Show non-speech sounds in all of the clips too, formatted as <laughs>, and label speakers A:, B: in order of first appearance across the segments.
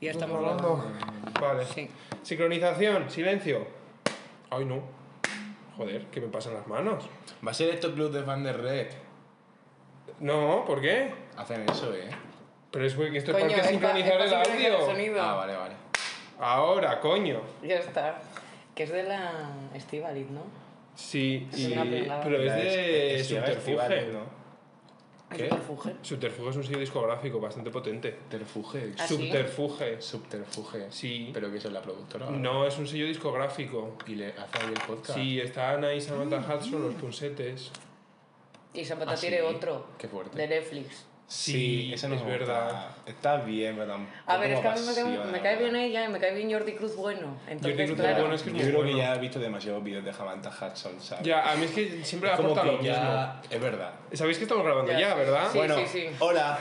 A: Ya estamos
B: Rolando. Vale.
A: Sí.
B: Sincronización, silencio. Ay, no. Joder, ¿qué me pasan las manos?
C: Va a ser esto Club de Fan de Red.
B: No, ¿por qué?
C: Hacen eso, eh.
B: Pero es que esto
A: Coño,
B: es
A: es
B: parte
A: pa-
B: de sincronizar
A: es
B: el
A: pa sincronizar el
B: audio.
A: sonido.
C: Ah, vale, vale.
B: Ahora, coño.
A: Ya está. Que es de la Estivalit, ¿no?
B: Sí,
A: Es
B: y...
A: una pelada.
B: pero es
C: La
B: de
C: es- es-
B: Subterfuge.
C: ¿no?
A: Es
C: ¿Qué?
A: Superfuge.
B: Subterfuge es un sello discográfico bastante potente.
C: Subterfuge.
A: ¿Ah, sí?
B: Subterfuge.
C: Subterfuge.
B: Sí.
C: Pero que eso es la productora.
B: No, es un sello discográfico.
C: Y le hace ahí el podcast.
B: Sí, están ahí Samantha
A: Ah,
B: Hudson, los punsetes.
A: Y Zapata
C: Ah, sí.
A: tiene otro.
C: Qué fuerte.
A: De Netflix.
B: Sí, es
C: me gusta.
B: verdad.
C: Está bien, pero tampoco
A: A ver, es que a mí me
C: apasiona,
A: cae, me cae
C: la
A: bien
C: verdad.
A: ella y me cae bien Jordi Cruz Bueno. Entonces,
B: Cruz
A: claro.
B: Bueno es que
C: Yo
B: muy
C: creo que
B: bueno.
C: ya he visto demasiados vídeos de Samantha Hudson, ¿sabes?
B: Ya, a mí es que siempre
C: es
B: me
C: como
B: aporta lo
C: que
B: mismo.
C: ya... Es verdad.
B: Sabéis que estamos grabando ya,
A: Ya.
B: ¿verdad?
A: Sí,
C: bueno,
A: sí.
C: hola.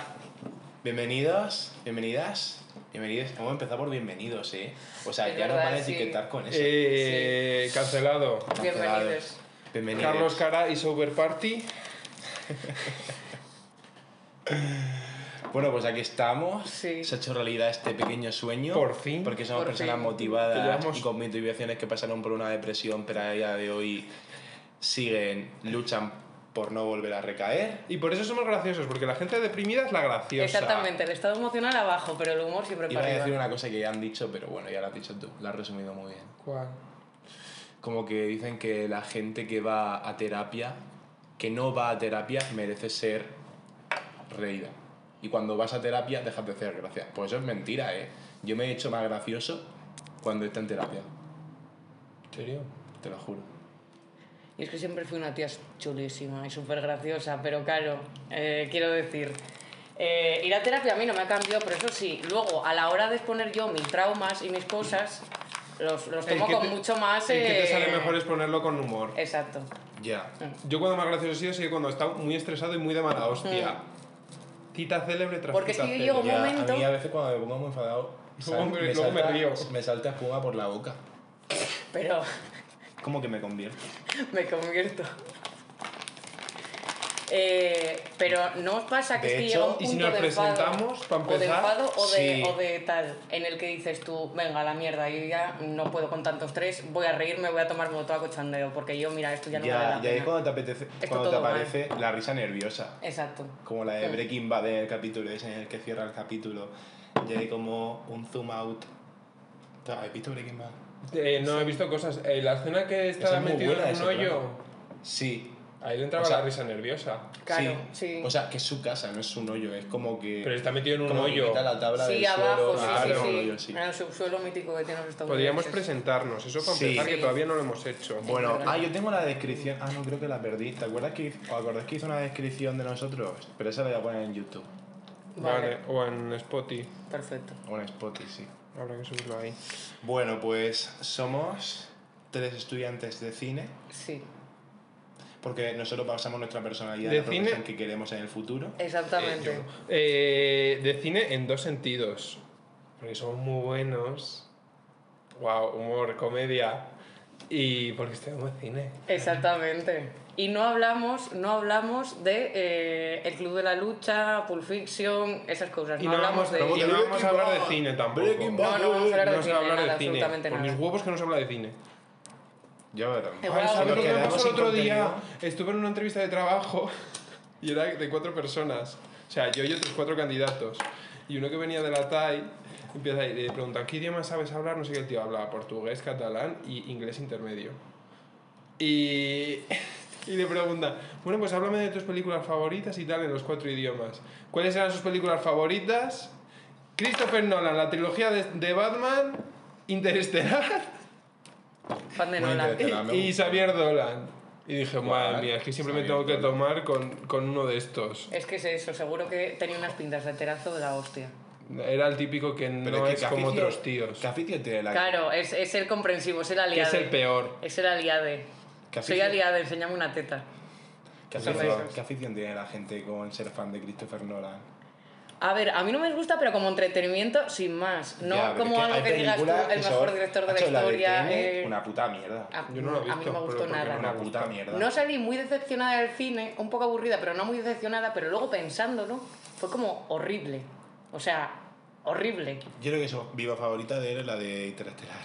C: Bienvenidos, bienvenidas, bienvenidos. Vamos a empezar por bienvenidos, ¿eh? O sea,
A: Es
C: ya nos
A: verdad,
C: van a
A: sí.
C: etiquetar con eso.
B: Eh, Cancelado.
A: Bienvenidos.
C: Bienvenidos.
B: Carlos Cara y Sober Party.
C: Bueno, pues aquí estamos.
A: Sí.
C: Se ha hecho realidad este pequeño sueño.
B: Por fin.
C: Porque somos
A: Por
C: personas
A: fin.
C: motivadas
B: Que llevamos-
C: y con motivaciones que pasaron por una depresión, pero a día de hoy siguen, luchan por no volver a recaer.
B: Y por eso somos graciosos, porque la gente deprimida es la graciosa.
A: Exactamente, el estado emocional abajo, pero el humor siempre
C: Iba
A: para
C: a decir
A: arriba.
C: una cosa que ya han dicho, pero bueno, ya la has dicho tú, la has resumido muy bien.
B: ¿Cuál?
C: Como que dicen que la gente que va a terapia, que no va a terapia, merece ser reída. Y cuando vas a terapia, dejas de hacer gracias. Pues eso es mentira, ¿eh? Yo me he hecho más gracioso cuando está en terapia.
B: ¿En serio?
C: Te lo juro.
A: Y es que siempre fui una tía chulísima y súper graciosa, pero claro, eh, quiero decir, eh, ir a terapia a mí no me ha cambiado, pero eso sí, luego a la hora de exponer yo mis traumas y mis cosas, los, los
B: El
A: tomo
B: que
A: con
B: te-
A: mucho más...
B: El que te
A: eh,
B: sale mejor es ponerlo con humor.
A: Exacto.
C: Ya.
B: Yo cuando más gracioso he sido, he sido cuando he estado muy estresado y muy de mala hostia. Cita célebre tras
A: Mm. Porque es
B: cita
A: que yo llego-
B: célebre.
A: Un
C: Ya,
A: momento.
C: A mí a veces cuando me pongo muy enfadado,
B: Luego me- luego me
C: salta,
B: río.
C: me salta espuma por la boca.
A: Pero
C: Como que me convierto.
A: <laughs> me convierto. Eh, pero no os pasa que
C: De
A: es que
C: hecho,
A: llega un punto
B: y si nos
A: de enfado,
B: presentamos, pa'
A: o de
B: empezar,
A: enfado o de,
C: sí.
A: o de tal, en el que dices tú, venga, la mierda, yo ya no puedo con tantos tres, voy a reírme, voy a tomarme todo a cochandeo, porque yo, mira, esto ya no me vale
C: Ya,
A: la
C: ya es
A: pena.
C: cuando te, apetece,
A: Esto
C: cuando te
A: todo mal.
C: aparece la risa nerviosa.
A: Exacto.
C: Como la de
A: Mm.
C: Breaking Bad en el capítulo ese en el que cierra el capítulo. Ya hay como un zoom out. ¿Tú ¿Has visto Breaking Bad?
B: Eh, no, he visto cosas. Eh, la escena que
C: Esa
B: estaba
C: es muy
B: metido
C: buena,
B: en un
C: ese
B: hoyo,
C: plano. Sí.
B: ahí le entraba
C: O sea-
B: la risa nerviosa.
A: Claro, sí.
C: O sea, que es su casa, no es un hoyo, es como que.
B: Pero está metido en un
C: como que
B: hoyo.
C: quita la tabla
A: Sí,
C: del
A: abajo,
C: suelo,
A: sí,
C: ah,
A: sí,
B: claro,
A: sí,
C: un hoyo, sí.
A: En el subsuelo mítico que tienen los Estados
B: Podríamos
A: Unidos.
B: presentarnos, eso para
C: Sí.
B: empezar, que
A: Sí.
B: todavía no lo hemos hecho.
C: Bueno,
A: Instagram.
C: ah, yo tengo la descripción. Ah, no, creo que la perdí. ¿Te acuerdas que hizo, ¿os acordáis que hizo una descripción de nosotros? Pero esa la voy a poner en YouTube.
B: Vale,
A: Vale.
B: o en Spotify.
A: Perfecto.
C: O en Spotify, sí.
B: Habrá que subirlo ahí.
C: Bueno, pues somos tres estudiantes de cine.
A: Sí.
C: Porque nosotros basamos nuestra personalidad
B: ¿De
C: en la
B: cine?
C: profesión que queremos en el futuro.
A: Exactamente.
B: Eh, yo- eh, de cine en dos sentidos. Porque somos muy buenos. Wow, humor, comedia. Y porque estudiamos cine.
A: Exactamente. Y no hablamos, no hablamos de eh, el Club de la Lucha, Pulp Fiction, esas cosas.
B: Y
A: No,
B: no
A: hablamos
B: vamos-
A: de.
B: Y no vamos a hablar de cine tampoco.
C: Breaking
A: No,
C: Bad.
A: no vamos a hablar de
B: no se
A: cine,
B: va a hablar
A: nada,
B: de cine.
A: absolutamente
B: Por mis
A: nada.
B: huevos que no se habla de cine.
C: Ya verán.
A: Igual
B: Ah,
A: si
B: ¿sabes
A: nos
B: lo que me
C: quedamos
B: pasó el
C: sin
B: otro día?
C: contenido.
B: Estuve en una entrevista de trabajo <laughs> y era de cuatro personas. O sea, yo y otros cuatro candidatos. Y uno que venía de la TAI empieza y le preguntan, ¿qué idioma sabes hablar? No sé qué el tío hablaba portugués, catalán y inglés intermedio. Y, <laughs> y le pregunta, bueno, pues háblame de tus películas favoritas y tal en los cuatro idiomas. ¿Cuáles eran sus películas favoritas? Christopher Nolan, la trilogía de, de Batman, Interestelar <laughs>
A: Fan de
C: Muy
A: Nolan.
C: interesante. Claro, Ah, me
B: y
C: gusta.
B: Xavier Dolan. Y dije, madre
C: Guau,
B: mía, es que siempre me
C: Xavier
B: tengo que
C: Dolan.
B: tomar con, con uno de estos.
A: Es que es eso, seguro que tenía unas pintas de terazo de la hostia.
B: Era el típico que
C: Pero
B: no
C: que
B: es, como
C: Caficio-
B: otros tíos.
C: Caficio tiene la.
A: Claro, es, es el comprensivo, es el
B: Que
A: aliado.
B: es el peor.
A: Es el aliade.
C: ¿Qué has
A: Soy
C: dicho?
A: aliado, enséñame una teta.
C: ¿Qué
A: Son
C: afición,
A: esos.
C: qué afición tiene la gente con ser fan de Christopher Nolan?
A: A ver, a mí no me gusta, pero como entretenimiento, sin más. No
C: Ya, pero
A: como
C: es este
A: algo
C: hay
A: que digas tú,
C: películas
A: el
C: que son-
A: mejor director de la
C: macho,
A: historia.
C: Tenet,
A: eh,
C: Una puta mierda.
A: a-
B: Yo no lo he
A: a mí no me
B: visto,
A: gustó
B: pero porque
A: nada.
B: no me
C: una puta mierda.
A: No salí muy decepcionada del cine, un poco aburrida, pero no muy decepcionada, pero luego pensándolo, fue como horrible. O sea, horrible.
C: Yo creo que su viva favorita de él es la de Interestelar.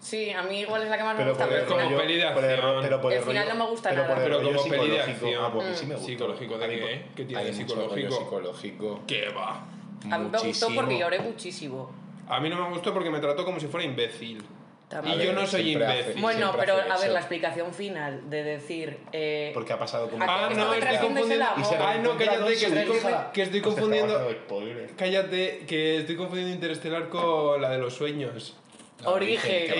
A: Sí, a mí igual es la que más me
C: Pero
A: gusta,
C: por
A: pero
B: es
A: al
B: como
A: final-
B: peli de
C: Por el, ro-
B: acción.
C: pero por
A: El
C: el rollo-
A: final no me gusta
C: pero
A: nada.
C: Por el
B: Pero
C: rollo
B: como peli de
C: psicológico.
B: acción.
C: Ah, pues a mí sí me gusta.
B: Psicológico, ¿de
C: Hay
B: qué?
C: po-
B: ¿Qué tiene
C: hay
B: de
C: mucho rollo
B: psicológico?
C: psicológico.
B: ¿Qué va?
A: A mí me gustó
D: Muchísimo.
A: porque lloré muchísimo.
B: A mí no me gustó porque me trató como si fuera imbécil.
A: También.
B: Y yo no soy
C: siempre hace-
B: imbécil.
C: siempre
A: Bueno,
C: hace
A: pero a
C: eso.
A: ver, la explicación final de decir. eh,
C: Porque ha pasado como...
A: Ah,
B: Ah,
A: Estaba
B: no, estoy
A: haciéndose el
B: confundiendo.
A: amor. Y se
B: Ay, no, cállate, que estoy,
A: Alonso,
B: confu- que estoy confundiendo.
C: Spoiler.
B: Cállate, que estoy confundiendo Interestelar con la de los sueños.
A: Origen.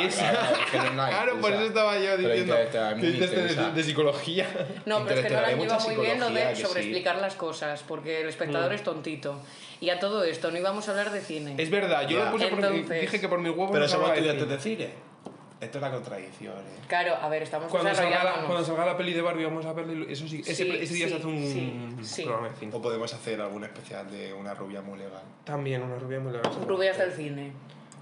B: Claro, por eso estaba yo diciendo. ¿Qué dices de- de, de psicología?
A: No, pero es que no la
C: Interestelar, hay
A: lleva
C: mucha
A: muy bien lo de
C: psicología que Mm.
A: sobreexplicar las cosas, porque el espectador es tontito. Y a todo esto, no íbamos a hablar de cine.
B: Es verdad, yo
C: Ya.
B: lo puse porque
A: Entonces-
B: dije que por mi huevo
C: Pero
B: no
C: somos
B: salga de
C: estudiantes
B: cine.
C: de cine. Esto es la contradicción, eh.
A: Claro, a ver, estamos
B: Cuando salga, la,
A: desarrollándonos.
B: cuando salga la peli de Barbie vamos a verlo. Eso sí, ese,
A: Sí,
B: ese día
A: sí,
B: se hace un
A: sí, sí.
B: programa de cine.
C: O podemos hacer algún especial de una rubia muy legal.
B: También una rubia muy larga.
A: Rubias del cine,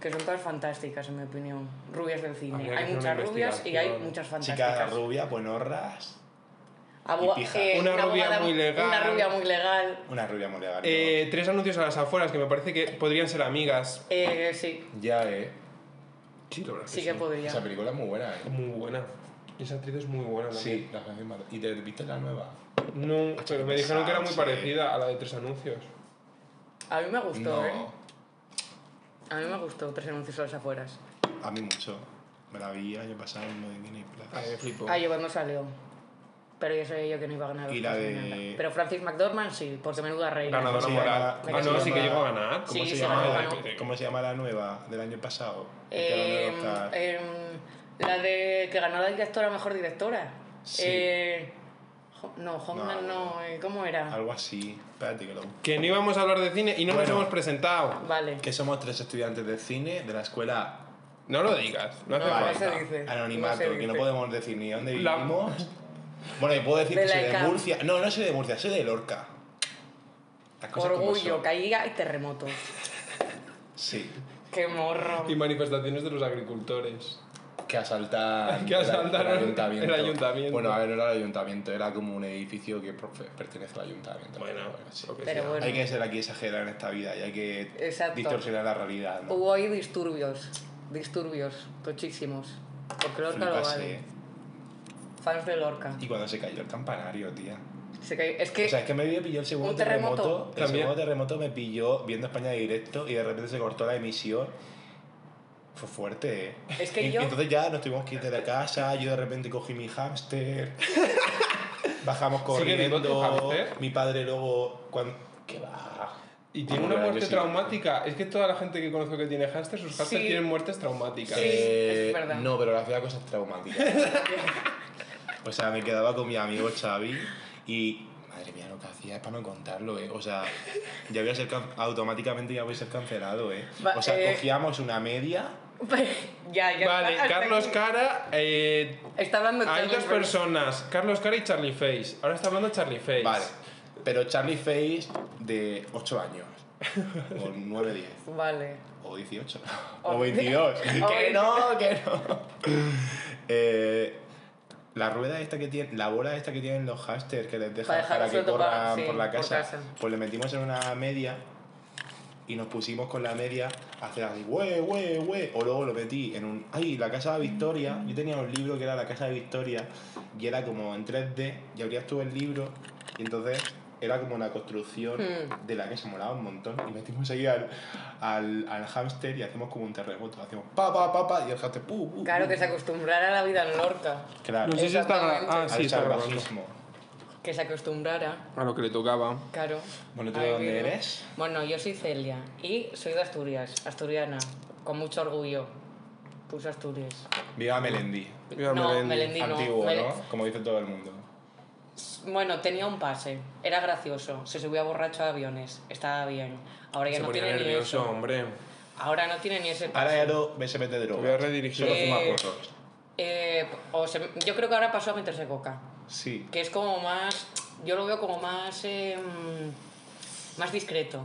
A: que son todas fantásticas, en mi opinión. Rubias del cine.
B: Habría que
A: hay
B: hacer
A: muchas
B: una
A: rubias y hay
B: investigación.
A: muchas
C: Chica
A: fantásticas.
C: rubia, buenorras.
A: Abo- eh,
C: y pija.
B: Una rubia
A: abogada-
B: muy legal.
A: Una rubia muy legal.
C: Una rubia muy legal.
B: Eh, tres anuncios a las afueras que me parece que podrían ser amigas.
A: Eh, sí,
C: Pues
D: Ya, eh.
B: Sí, la verdad.
A: sí que podría.
D: Esa película es muy buena, eh.
B: Muy buena. Esa actriz es muy buena. también.
D: Sí, la canción mata. ¿Y te viste la nueva?
B: No, pero me dijeron que era muy
C: sí.
B: parecida a la de tres anuncios.
A: A mí me gustó,
D: No.
A: ¿eh? A mí me gustó Tres anuncios a las afueras.
C: A mí mucho. Me la vi el año pasado en de Disney
B: Ay, me
C: Plus.
B: eh, flipo.
A: Ah, yo cuando salió. Pero yo sabía yo que no iba a ganar.
C: Y
A: los
C: la
A: Oscars
C: de-
A: ni nada. Pero Francis McDormand sí, porque menuda reina.
B: Ganadora
C: Sí,
B: moral.
C: ganó-
B: Ah, no,
A: ganó-
B: sí que llegó a ganar.
A: Sí,
B: ¿Cómo se
A: sí,
B: llama?
A: ganó,
B: la
A: ganó.
B: de-
C: ¿Cómo se llama la nueva del año pasado?
A: Eh,
C: Que ganó el Oscar.
A: eh, la de que ganó la directora mejor directora.
C: Sí.
A: Eh, Ho- no, Homeland
C: No.
A: no. eh, ¿Cómo era?
C: Algo así. Espérate que lo busco.
B: Que no íbamos a hablar de cine y no nos
C: Bueno.
B: hemos presentado.
A: Vale.
C: Que somos tres estudiantes de cine de la escuela
B: No lo digas. No hace
A: No,
B: falta.
A: no se dice.
C: Anonimato,
A: No se
C: que no
A: dice.
C: podemos decir ni dónde
B: La-
C: vivimos. Bueno, y puedo decir
A: De
C: que
A: la
C: soy de
A: ICAM.
C: Murcia. No, no soy de Murcia, soy de Lorca. Las cosas como
A: Orgullo,
C: son.
A: caída y terremotos.
C: Sí.
A: Qué morro.
B: Y manifestaciones de los agricultores.
D: Que asaltaron,
B: <laughs> Que asaltaron el ayuntamiento.
D: Bueno, a ver, no era el ayuntamiento, era como un edificio que profe- pertenece al ayuntamiento.
B: Bueno,
D: sí.
B: lo que
A: Pero
B: sea.
A: bueno.
C: Hay que ser aquí exagerar en esta vida y hay que
A: Exacto.
C: distorsionar la realidad. ¿no?
A: Hubo ahí disturbios. Disturbios. Tochísimos. Porque Lorca lo
C: Flipas,
A: vale.
C: eh.
A: Fans de Lorca.
C: Y cuando se cayó el campanario, tía.
A: Se cae- Es que
C: O sea, es que me pilló el segundo
A: ¿Un terremoto?
C: terremoto. El
B: También.
C: segundo terremoto me pilló viendo España directo y de repente se cortó la emisión. Fue fuerte, ¿eh?
A: Es que
C: Y-
A: yo-
C: Entonces ya nos tuvimos que ir de la casa, yo de repente cogí mi
A: <laughs>
C: hámster, bajamos
B: ¿Sigue vivo tu
C: corriendo,
B: hámster?
C: mi padre luego... Cuando... ¿Qué va?
B: Y tiene una
D: Bueno, yo
B: muerte
D: sí.
B: traumática. Es que toda la gente que conozco que tiene hámster, sus hámsters
A: Sí.
B: tienen muertes traumáticas.
A: Sí.
D: Eh,
A: es verdad.
D: No, pero la hacía cosas
A: <laughs>
D: traumáticas.
C: O sea, me quedaba con mi amigo Xavi y... Madre mía, lo que hacía es para no contarlo, ¿eh? O sea, ya voy a ser... can- Automáticamente ya voy a ser cancelado, ¿eh?
A: Va,
C: O sea,
A: eh.
C: cogíamos una media...
A: <laughs> ya, ya.
B: Vale,
A: hasta
B: Carlos
A: aquí.
B: Cara. eh,
A: Está hablando
B: hay
A: Charlie
B: dos
A: Brown.
B: personas, Carlos Cara y Charlie Face. Ahora está hablando Charlie Face.
C: Vale. Pero Charlie Face de 8 años. O 9, 10.
A: Vale.
C: O 18.
A: O-
C: O 22.
A: o
C: <laughs> que
A: 20.
C: no, que no. Eh, la rueda esta que tiene, la bola esta que tienen los hamsters que les
A: Para
C: dejan
A: dejar
C: para que
A: suelto para-
C: corran
A: sí,
C: por la
A: por
C: casa,
A: casa.
C: pues le metimos en una media y nos pusimos con la media a hacer así, güey, güey, güey. O luego lo metí en un. ¡Ay! La Casa de Victoria. Yo tenía un libro que era La Casa de Victoria y era como en 3D y abrías tú el libro y entonces era como una construcción
A: Hmm.
C: de la que se molaba un montón. Y metimos ahí al, al, al hámster y hacemos como un terremoto. Hacemos pa, pa, pa, pa y el hámster pu, pu,
A: Claro,
C: pu.
A: que se acostumbrara a la vida en Lorca.
C: Claro,
B: No sé si está gra- Ah,
C: al
B: sí, está grabando.
C: salvajismo.
A: Que se acostumbrara,
B: A lo que le tocaba.
A: claro.
C: Bueno, ¿tú
A: a
C: de dónde
A: vivir.
C: eres?
A: Bueno, yo soy Celia y soy de Asturias, asturiana, con mucho orgullo. Puse Asturias.
C: Viva Melendi.
B: Mira,
A: no,
B: Melendi.
A: Melendi no.
C: Antiguo,
A: Mele-
C: ¿no? Como dice todo el mundo.
A: Bueno, tenía un pase, era gracioso, se subía borracho a aviones, estaba bien. Ahora ya
B: Se
A: no
B: ponía
A: tiene
B: nervioso,
A: ni eso.
B: hombre.
A: Ahora no tiene ni ese pase.
C: Ahora ya no me se mete droga.
B: Voy a redirigir.
C: Solo fuma
A: Eh,
C: porros.
A: Eh, o se- yo creo que ahora pasó a meterse coca.
C: Sí.
A: que es como más, yo lo veo como más, eh, mm, más discreto,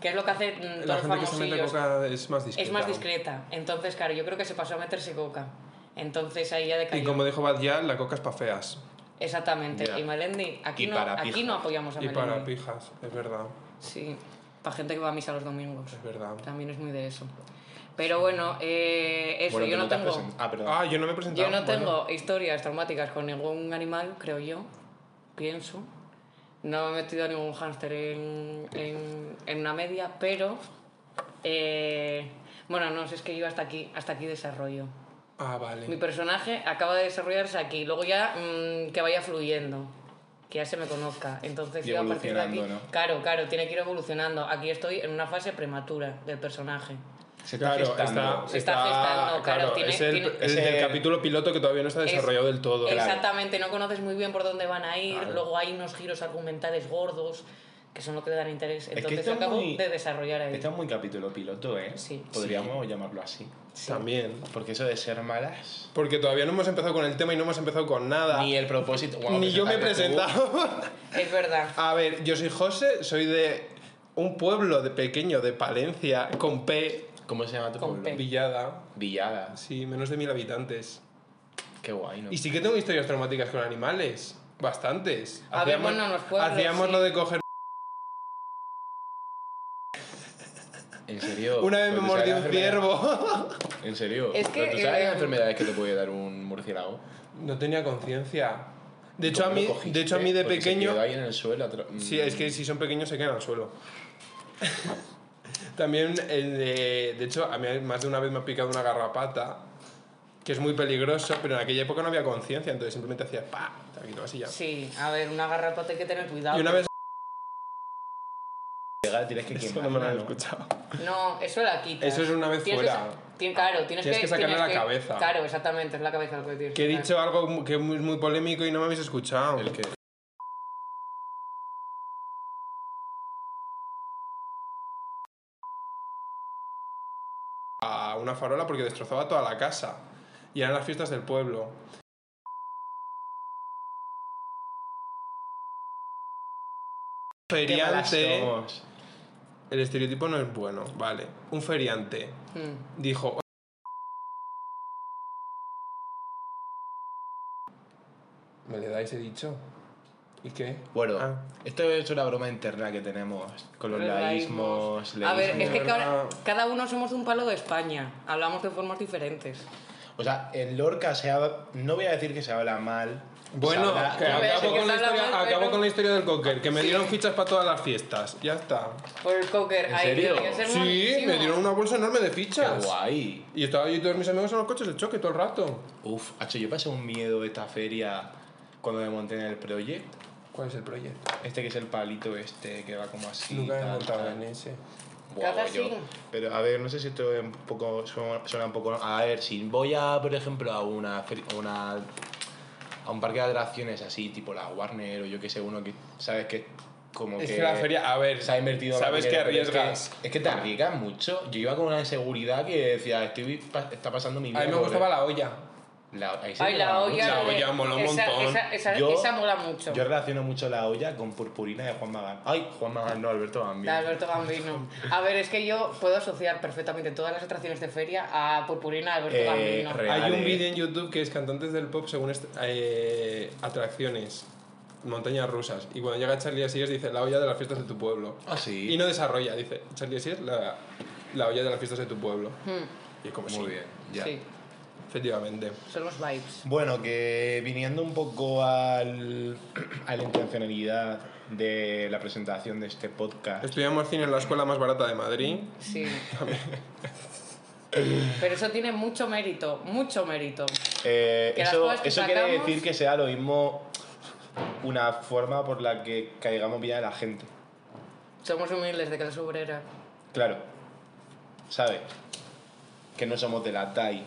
A: que es lo que hace mm, todos
B: La
A: los
B: gente que se mete
A: famosillos.
B: coca es más discreta.
A: es más discreta, entonces claro, yo creo que se pasó a meterse coca, entonces ahí ya
B: Y
A: decayó.
B: como dijo Badial, la coca es para feas.
A: Exactamente,
C: Ya.
A: y Melendi, aquí,
C: Y
A: no,
C: para
A: aquí
C: pijas.
A: no apoyamos a
B: Y
A: Melendi.
B: para pijas, es verdad.
A: Sí. para gente que va a misa los domingos.
B: Es verdad.
A: También es muy de eso. Pero bueno, eh, eso,
D: Bueno,
A: yo
D: que
A: no
D: te has
A: tengo...
D: presentado. Ah, perdón.
B: Ah, yo no me he presentado.
A: Yo no
B: Bueno,
A: tengo historias traumáticas con ningún animal, creo yo, pienso. No me he metido a ningún hámster en, en, en una media, pero... eh, bueno, no, si es que yo hasta aquí, hasta aquí desarrollo.
B: Ah,
A: Mi
B: vale.
A: personaje acaba de desarrollarse aquí, luego ya mm, que vaya fluyendo, que ya se me conozca. Entonces
D: Y
A: yo a partir de aquí,
D: evolucionando, ¿no?
A: claro, claro, tiene que ir evolucionando. Aquí estoy en una fase prematura del personaje.
D: Se está
B: Claro, está,
D: gestando.
A: Se está gestando, claro, tiene-
B: es el,
A: tiene-
B: es el
D: Ese-
B: del capítulo piloto que todavía no está desarrollado del todo.
A: Exactamente, no conoces muy bien por dónde van a ir,
B: Claro.
A: luego hay unos giros argumentales gordos que eso no te dan interés.
C: que
A: Entonces
C: está
A: yo acabo
C: muy-
A: de desarrollar ahí.
C: Está muy capítulo piloto, ¿eh?
A: Sí.
C: Podríamos llamarlo así.
B: También.
C: Porque eso de ser malas.
B: Porque todavía no hemos empezado con el tema y no hemos empezado con nada.
D: Ni el propósito. Bueno,
B: Ni yo me he
D: preséntate tú.
B: presentado. <laughs>
A: Es verdad.
B: A ver, yo soy José, soy de un pueblo de pequeño de Palencia con P,
D: ¿Cómo se llama tu
A: Con
D: pueblo?
A: P.
B: Villada.
D: Villada.
B: Sí, menos de mil habitantes.
D: Qué guay, ¿no?
B: Y sí que tengo historias traumáticas con animales. Bastantes.
A: A ver, bueno, en los pueblos,
B: hacíamos
A: sí.
B: lo de coger.
D: En serio.
B: Una vez me
D: ¿Pero tú sabes
B: mordió
D: las
B: un
D: enfermedades?
B: ciervo.
D: En serio.
A: Es que,
D: ¿Pero ¿Tú sabes
A: eh,
D: las enfermedades que te puede dar un murciélago?
B: No tenía conciencia. De hecho, a
D: ¿Cómo lo
B: mí,
D: cogiste?
B: de hecho, a mí de
D: Porque se
B: pequeño.
D: quedó ahí en el suelo. atra-
B: Sí, es que si son pequeños se quedan al suelo. <laughs> También, el de, de hecho, a mí más de una vez me ha picado una garrapata, que es muy peligroso, pero en aquella época no había conciencia, entonces simplemente hacía pa, te la quitabas y ya.
A: Sí, a ver, una garrapata hay que tener cuidado.
B: Y una vez
C: mm, Llegar tienes que
B: <laughs> eso
C: quemar.
B: no me lo han escuchado.
A: No, eso la quitas.
B: Eso es una vez
A: Tienes que
B: fuera.
A: sa- tien- claro, tienes,
B: Tienes que sacarle
A: tienes
B: la cabeza.
A: Claro, exactamente, es la cabeza lo que tienes
B: Que he
A: sacar.
B: dicho algo mu- que es muy, muy polémico y no me habéis escuchado.
D: El que.
B: A una farola porque destrozaba toda la casa. Y eran las fiestas del pueblo.
C: Qué malas
B: Feriante.
C: somos.
B: El estereotipo no es bueno, vale. Un feriante
A: Mm.
B: dijo... ¿Me le dais he dicho? ¿Y qué?
C: Bueno,
B: Ah.
C: esto es una broma interna que tenemos con los laísmos,
A: A ver, es
C: leísmos.
A: que cada,
B: ¿verdad?
A: cada uno somos un palo de España. Hablamos de formas diferentes.
C: O sea, en Lorca se habla... No voy a decir que se habla mal.
B: Bueno,
C: se habla-
B: Pues que
A: No voy a decir
B: acabo,
A: que
B: con la,
A: está
B: historia,
A: hablando,
B: acabo
A: pero-
B: con la historia del cocker, que me
A: Sí.
B: dieron fichas para todas las fiestas. Ya está.
A: Por el cocker,
D: ¿En
A: ahí
D: serio?
A: tiene que ser
B: Sí, me dieron una bolsa enorme de fichas.
D: Qué guay.
B: Y estaba yo y todos mis amigos en los coches del choque todo el rato.
C: Uf, hacho, yo pasé un miedo esta feria cuando me monté en el proyecto.
B: ¿Cuál es el proyecto?
C: Este que es el palito este que va como así.
B: Nunca he
C: tal,
B: montado
C: tal.
B: en ese.
D: Guau,
A: Cada
D: yo-
A: signo.
C: Pero a ver, no sé si esto es un poco, suena, suena un poco... A ver, si voy a, por ejemplo, a una, feri- a una a un parque de atracciones así, tipo la Warner o yo que sé, uno que sabes que es como
B: Es
C: que...
B: que la feria, a ver,
C: se ha invertido la
B: sabes que
C: dinero, pero es
B: arriesgas.
C: Es que, te arriesgas mucho. Yo iba con una inseguridad que decía, estoy, pa- está pasando mi vida.
B: A mí me
C: por-
B: gustaba la olla.
C: la, ahí se
A: Ay,
C: me
A: la
C: va
A: olla.
B: La
A: de-
B: olla mola un
A: esa,
B: montón.
A: Esa, esa,
C: Yo-
A: esa mola
C: mucho.
A: mucho.
C: Yo relaciono mucho la olla con purpurina de Juan Magán. Ay, Juan Magán, no, Alberto
A: De
C: Gambino.
A: Alberto Gambino. A ver, es que yo puedo asociar perfectamente todas las atracciones de feria a Purpurina de Alberto
C: Eh,
A: Gambino.
C: re-
B: Hay un
C: Reales.
B: vídeo en YouTube que es cantantes del pop según est- eh, atracciones, montañas rusas. Y cuando llega Charlie Asier dice la olla de las fiestas de tu pueblo.
C: Ah, sí.
B: Y no desarrolla, dice Charlie Asier la, la olla de las fiestas de tu pueblo. Y es como
D: Muy
B: sí,
D: bien, ya.
A: Hmm, Pues Sí,
B: Efectivamente.
A: son los vibes.
C: Bueno, que viniendo un poco al, a la intencionalidad de la presentación de este podcast,
B: Estudiamos cine en la escuela más barata de Madrid.
A: Sí. Pero eso tiene mucho mérito, mucho mérito.
C: eh,
A: Que las
C: eso,
A: cosas que
C: eso quiere
A: sacamos-
C: decir que sea lo mismo una forma por la que caigamos bien a la gente.
A: Somos humildes de clase obrera.
C: Claro, ¿sabes? Que no somos de la TAI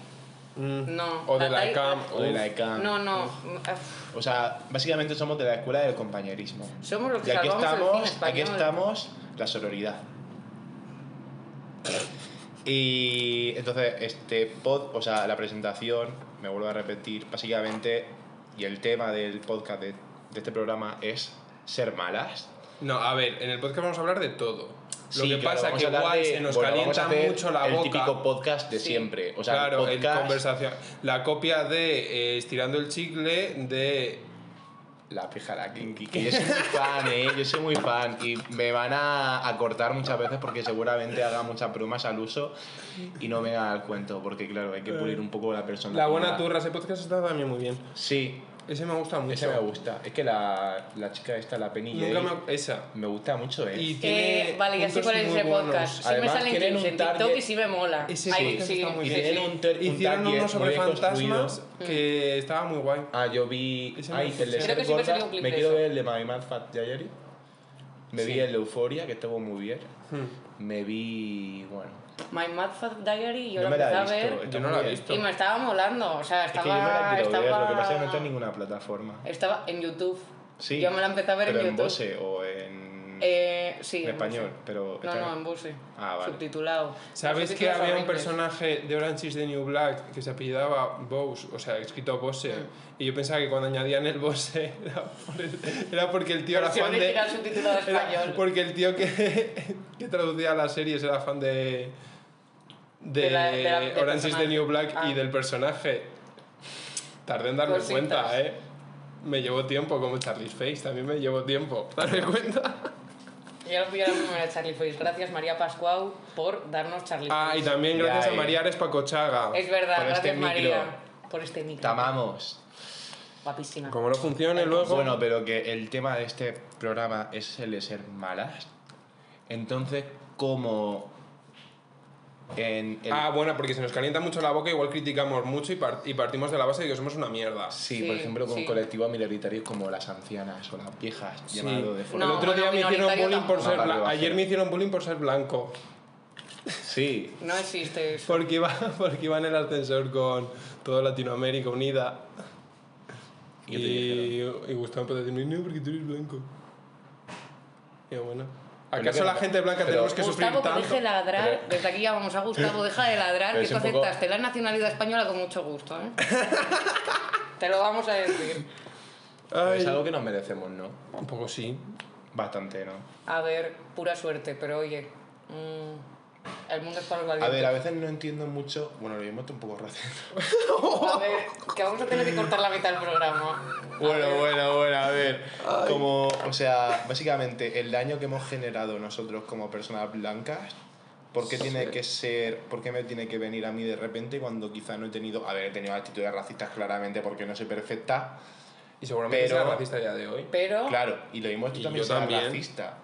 B: Mm.
A: No.
B: O de la
A: tai-
B: ECAM.
C: o de la
B: Uf.
C: ECAM.
A: No, no. uf,
C: O sea, básicamente somos de la escuela del compañerismo.
A: Somos los que
C: Y aquí
A: salvamos el cine
C: estamos,
A: español.
C: aquí estamos, la sororidad. Y entonces, este pod, o sea, la presentación, me vuelvo a repetir, básicamente, y el tema del podcast de, de este programa es ser malas.
B: No, a ver, en el podcast vamos a hablar de todo. Lo
C: Sí,
B: que
C: claro,
B: pasa
C: vamos
B: que
C: a hablar
B: guay
C: de-
B: se nos
C: bueno, vamos a
B: calienta
C: hacer
B: mucho la
C: el
B: boca.
C: típico podcast de
A: Sí.
C: siempre. O sea,
B: claro,
C: el
B: en
C: podcast
B: conversación. La copia de eh, Estirando el Chicle de
D: La pija la kinky. Que yo soy muy fan, ¿eh? Yo soy muy fan. Y me van a, a cortar muchas veces porque seguramente haga muchas bromas al uso y no me da el cuento. Porque, claro, hay que pulir un poco la persona.
B: La
C: Ah.
B: buena turra, ese podcast está también muy bien.
D: Sí,
B: Ese me gusta mucho.
D: esa me gusta. Es que la, la chica esta, la Penny
B: Nunca
D: Jay,
B: me... Esa.
D: me gusta mucho, ¿eh?
B: Y tiene
A: Eh, vale, ya sé
B: puntos
A: cuál es
B: muy
A: ese
B: buenos.
A: podcast. Sí me
D: Además,
A: salen
D: tienen
A: 15 en
D: un target-
A: TikTok y sí me mola.
B: Ese
A: Ahí,
B: podcast
A: sí,
B: está muy
D: Y
A: sí,
B: bien.
A: sí.
D: tienen un, ter- un
B: Hicieron
D: target
B: uno sobre
D: muy bien construido.
B: fantasmas que estaba muy guay.
D: Ah, yo vi.
B: Ese
D: Ay,
B: me-
D: el de
B: Creo
D: Ser
A: que siempre
D: Gorda.
A: salió un clip
D: Me
A: de
D: quiero
A: eso.
D: ver el de My Mad Fat Diary. Me vi el de Euforia, que estuvo muy bien.
B: Hmm.
D: Me vi. Bueno.
A: My Mad Fat Diary, yo
C: no
A: lo
C: me
A: empecé
C: la
A: a
C: he visto.
A: ver
C: está
B: Yo no
C: muy
B: la he
C: bien.
B: visto.
A: y me estaba molando. O sea,
C: Es que yo me
A: estaba.
C: la quiero
A: estaba,
C: ver, lo que pasa es que no está en ninguna plataforma.
A: estaba en YouTube.
C: Sí,
A: Yo me la empecé a ver
C: pero
A: en
C: en
A: YouTube.
C: Bose o en,
A: Eh, sí.
C: en
A: en Bose.
C: español, pero
A: No,
C: está-
A: no, en Buse.
C: Ah, vale.
A: Subtitulado.
B: ¿Sabes que
A: Subtítulos
B: había un
A: horribles.
B: personaje de Orange is the New Black que se apellidaba Bose, o sea, escrito Bose?
A: Mm.
B: Y yo pensaba que cuando añadían el Bose <laughs> era, por el- era porque el tío era
A: Versión
B: fan de.
A: original subtitulada
B: <laughs> era
A: español.
B: porque el tío que, <laughs> que traducía las series era fan de. de,
A: De la- de la- del
B: Orange is the
A: personaje.
B: New Black
A: Ah.
B: y del personaje. Tardé en darme
A: Cositas.
B: cuenta, ¿eh? Me llevó tiempo, como Charlie's Face, también me llevó tiempo <laughs> darme
A: <laughs>
B: cuenta.
A: Ya lo pillé la primera de Charlie Face. Gracias, María Pascuau, por darnos Charlie
B: Ah, y
A: Face.
B: también
D: Ya,
B: gracias
D: eh.
B: a María Ares Pacochaga.
A: Es verdad,
D: Por este
A: gracias,
D: micro.
A: María, por este micro.
D: Tamamos.
A: Guapísima.
B: Como no funcione luego.
D: Bueno, pero que el tema de este programa es el de ser malas. Entonces, como. En el-
B: Ah, bueno, porque se nos calienta mucho la boca, igual criticamos mucho y, par- y partimos de la base de que somos una mierda.
D: sí,
A: Sí,
D: por ejemplo, con
A: sí.
D: colectivos minoritarios como las ancianas o las viejas, llamado de forma.
B: El
A: No,
B: otro día
A: bueno,
B: me hicieron
A: minoritario
B: bullying por
D: tampoco. No,
B: ser
D: vale,
B: blanco.
D: va a
B: Ayer
D: ser.
B: me hicieron bullying por ser blanco. <laughs>
D: Sí.
A: No existe eso.
B: Porque iba, porque iba en el ascensor con toda Latinoamérica unida.
D: ¿Qué te
B: Y, y Gustavo empezó a decirme, no, porque tú eres blanco. Y yo, bueno.
D: Pero
B: ¿Acaso
D: que-
B: la gente blanca
D: pero-
B: tenemos que
A: Gustavo,
B: sufrir
A: que deje
B: tanto?
A: de ladrar. Desde aquí ya vamos a Gustavo, deja de ladrar,
D: Pero
A: que
D: es
A: tú
D: un poco-
A: aceptaste la nacionalidad española con mucho gusto, ¿eh? Te lo vamos a decir.
D: Pero
B: Ay,
D: Es Pues algo que nos merecemos, ¿no?
B: Un poco sí.
D: Bastante, ¿no?
A: A ver, pura suerte, pero oye. mm, el mundo es para los
C: A ver,
A: valientes.
C: a veces no entiendo mucho. Bueno, lo mismo está un poco racista.
A: A ver, que vamos a tener que cortar la mitad del programa.
C: Bueno, bueno, bueno, a ver. Como, o sea, básicamente el daño que hemos generado nosotros como personas blancas, ¿por qué tiene que ser, por qué me tiene que venir a mí de repente cuando quizás no he tenido, a ver, he tenido actitudes racistas claramente porque no soy perfecta?
B: Y seguramente
C: Pero-
B: sea racista a día de hoy.
A: Pero,
C: Claro, y lo mismo tú
B: Y
C: también
B: yo
C: serás
B: también.
C: racista.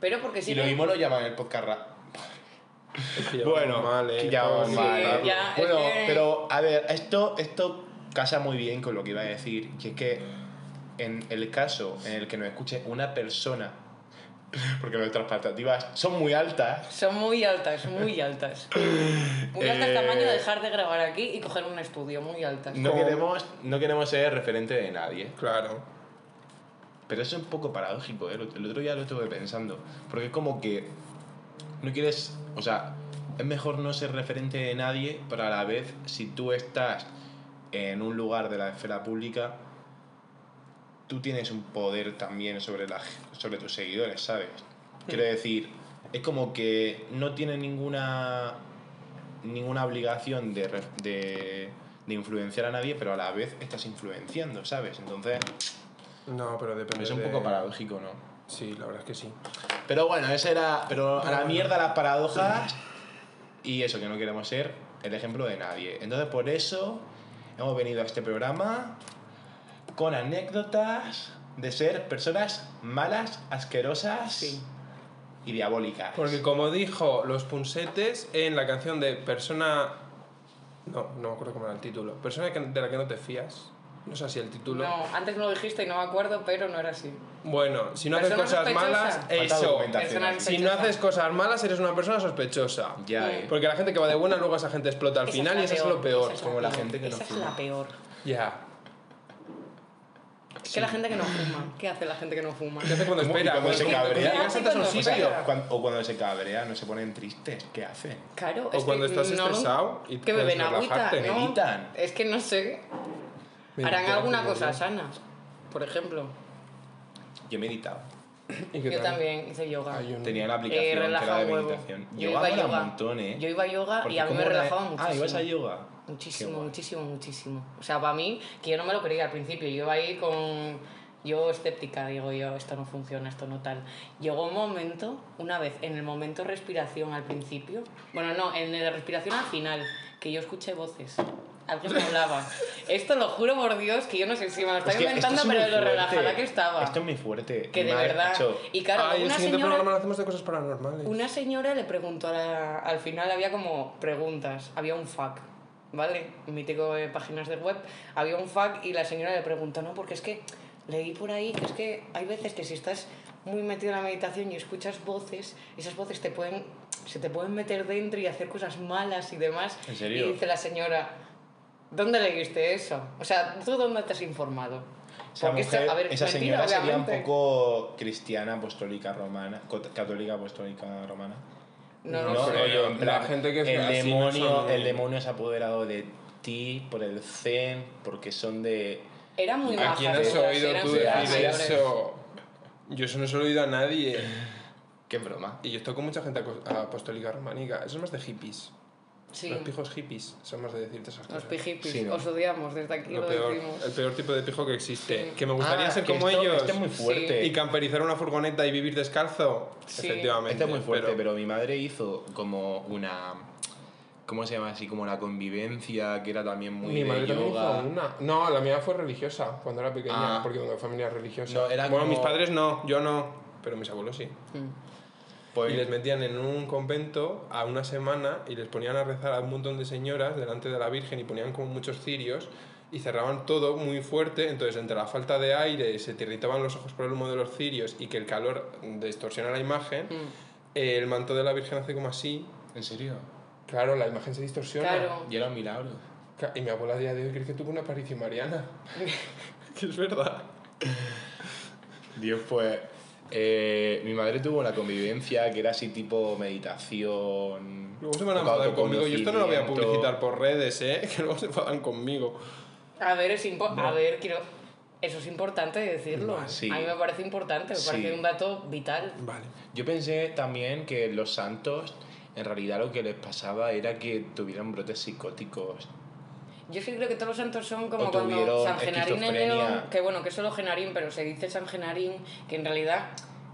A: pero porque sí
C: Y lo
A: que-
C: mismo lo llaman el podcast ra-
B: Es que ya
C: Bueno,
B: vamos mal, ¿eh?
C: ya vamos
B: Sí,
C: mal.
A: ya,
C: ¿eh?
A: es
C: bueno,
A: que-
C: pero a ver, esto, esto casa muy bien con lo que iba a decir, que es que en el caso en el que nos escuche una persona, <laughs> porque nuestras expectativas son muy altas,
A: Son muy altas, muy altas. Muy altas
C: Eh,
A: tamaño de dejar de grabar aquí y coger un estudio, muy altas.
C: no
B: Como-
C: queremos, no queremos ser referente de nadie.
B: Claro.
C: Pero eso es un poco paradójico, ¿eh? el otro día lo estuve pensando, porque es como que no quieres, o sea, es mejor no ser referente de nadie, pero a la vez, si tú estás en un lugar de la esfera pública, tú tienes un poder también sobre, la, sobre tus seguidores, ¿sabes? Quiero decir, es como que no tiene ninguna, ninguna obligación de, re- de, de influenciar a nadie, pero a la vez estás influenciando, ¿sabes? Entonces,
B: No, pero depende.
C: es un
B: de-
C: poco paradójico, ¿no?
B: Sí, la verdad es que sí.
C: Pero bueno, esa era. Pero a la mierda las paradojas. Y eso, que no queremos ser el ejemplo de nadie. Entonces, por eso hemos venido a este programa con anécdotas de ser personas malas, asquerosas
A: Sí.
C: y diabólicas.
B: Porque como dijo los punsetes en la canción de Persona... No, no me acuerdo cómo era el título. Persona que- de la que no te fías. No sé si el título.
A: No, antes me lo dijiste y no me acuerdo, pero no era así.
B: Bueno, si no haces
A: Persona
B: cosas
A: sospechosa.
B: malas,
A: Falta
B: eso.
C: documentación.
A: Personas
B: Si no haces cosas malas, eres una persona sospechosa.
C: Ya,
A: Mm.
C: eh.
B: Porque la gente que va de buena, luego esa gente explota al final y eso es lo peor.
C: como la gente que no
A: esa es
C: fuma.
A: la peor.
B: Ya.
A: Es que la gente que no fuma. ¿Qué hace la gente que no fuma?
B: ¿Qué hace cuando
C: ¿Cómo- y
B: espera?
C: cuando se cabrea?
B: cuando saltas a un
A: ¿Qué
C: O
A: hace
C: sea,
B: sitio.
C: cuan- o cuando se cabrea, no se ponen tristes. ¿Qué hacen?
A: Claro,
B: O cuando estás
A: no lo-
B: estresado y
A: que
B: puedes
A: beben agüita,
B: relajarte.
A: ¿no?
C: Meditan.
A: Es que no sé.
B: Meditar,
A: Harán alguna
B: meditar.
A: cosa sana, por ejemplo.
C: Yo he meditado.
B: ¿Y qué
A: Yo
B: tal?
A: también hice yoga.
B: Ay, yo no.
C: Tenía una
A: Eh,
C: aplicación que
A: relaja
C: era de
A: un huevo.
C: meditación. Yo, iba
A: yoga.
C: un montón, ¿eh?
A: Yo iba a yoga
C: Porque
A: y a mí
C: como
A: me
C: era-
A: relajaba muchísimo.
C: Ah, ibas a yoga. Qué
A: Muchísimo,
C: guay.
A: muchísimo, muchísimo. O sea, para mí, que yo no me lo creía al principio. Yo iba ahí con Yo escéptica, digo yo, esto no funciona, esto no tal. Llegó un momento, una vez, en el momento respiración al principio, bueno, no, en la respiración al final, que yo escuché voces. Alguien me
C: <laughs>
A: hablaba. Esto lo juro por Dios, que yo no sé si me lo estaba
C: Hostia, esto
A: inventando,
C: es muy
A: pero de lo
C: fuerte.
A: relajada que estaba.
C: Esto es Ah, muy fuerte.
A: que de
C: Madre,
A: verdad.
C: macho.
A: Y claro,
B: Ay, el
A: una
B: siguiente
A: señora...
B: programa lo hacemos de cosas paranormales.
A: Una señora le preguntó a la- al final, había como preguntas, había un FAQ, ¿vale? Mítico de páginas de web, había un FAQ y la señora le preguntó, no, porque es que leí por ahí que es que hay veces que si estás muy metido en la meditación y escuchas voces, esas voces te pueden, se te pueden meter dentro y hacer cosas malas y demás.
C: ¿En serio?
A: Y dice la señora, ¿dónde leíste eso? O sea, ¿tú dónde te has informado?
C: Esa,
A: Porque esto-
C: mujer-
A: a ver,
C: esa
A: mentira,
C: señora sería un
A: obviamente.
C: poco cristiana, apostólica, romana, cot- católica, apostólica, romana.
A: No,
B: No
A: no,
B: sé.
A: sé.
B: creo.
C: en plan,
B: La gente que es
C: el
B: así no
C: demonio,
B: son-
C: el demonio se ha apoderado de ti por el zen, porque son de
A: Era muy
B: ¿A
A: baja,
B: quién has
A: todas,
B: oído
A: eran
B: tú
A: súper
B: decir
A: mayores.
B: eso? Yo eso no se lo he oído a nadie.
D: Qué broma.
B: Y yo estoy con mucha gente aco- apostólica románica. Eso es más de hippies.
A: Sí.
B: Los pijos hippies son más de decirte esas
A: Los
B: cosas.
A: pijipis,
D: Sí, ¿no?
A: os odiamos, desde aquí lo,
B: Lo peor,
A: decimos.
B: el peor tipo de pijo que existe.
A: Sí.
B: Que me gustaría
C: Ah,
B: ser
C: que
B: como
C: esto-
B: ellos.
C: Esto es muy
A: Sí.
C: fuerte.
B: Y camperizar una furgoneta y vivir descalzo.
A: Sí.
B: Efectivamente.
C: Este es muy fuerte, pero... mi madre hizo como una.
D: ¿Cómo se llama así? Como la convivencia, que era también muy
B: Mi
D: de
B: madre también
D: yoga.
B: hizo una. No, la mía fue religiosa cuando era pequeña,
D: Ah.
B: porque tengo familia religiosa.
D: No, era
B: bueno,
D: como-
B: mis padres no, yo no, pero mis abuelos sí.
A: Mm.
D: Pues-
B: Y les metían en un convento a una semana y les ponían a rezar a un montón de señoras delante de la Virgen y ponían como muchos cirios y cerraban todo muy fuerte, entonces entre la falta de aire, se te irritaban los ojos por el humo de los cirios y que el calor distorsiona la imagen, eh, el manto de la Virgen hace como así,
D: ¿En serio?
B: claro, la imagen se distorsiona.
A: Claro.
D: Y era un milagro.
B: Ca- Y mi abuela a día de hoy cree que tuvo una aparición mariana. que es verdad.
D: Dios, pues.
C: Eh, mi madre tuvo una convivencia que era así tipo meditación.
B: Luego se van a enfadar conmigo. Yo esto no lo voy a publicitar por redes, ¿eh? <laughs> Que luego se enfadan conmigo.
A: A ver, es impo- a ver, quiero... Eso es importante decirlo.
C: sí.
A: A mí me parece importante, me
C: Sí.
A: parece un dato vital.
B: Vale.
C: Yo pensé también que los santos, en realidad lo que les pasaba era que tuvieran brotes psicóticos.
A: Yo sí creo que todos los santos son como
C: O
A: cuando
C: tuvieron
A: San Genarín en
C: esquizofrenia.
A: León, que bueno, que solo Genarín, pero se dice San Genarín, que en realidad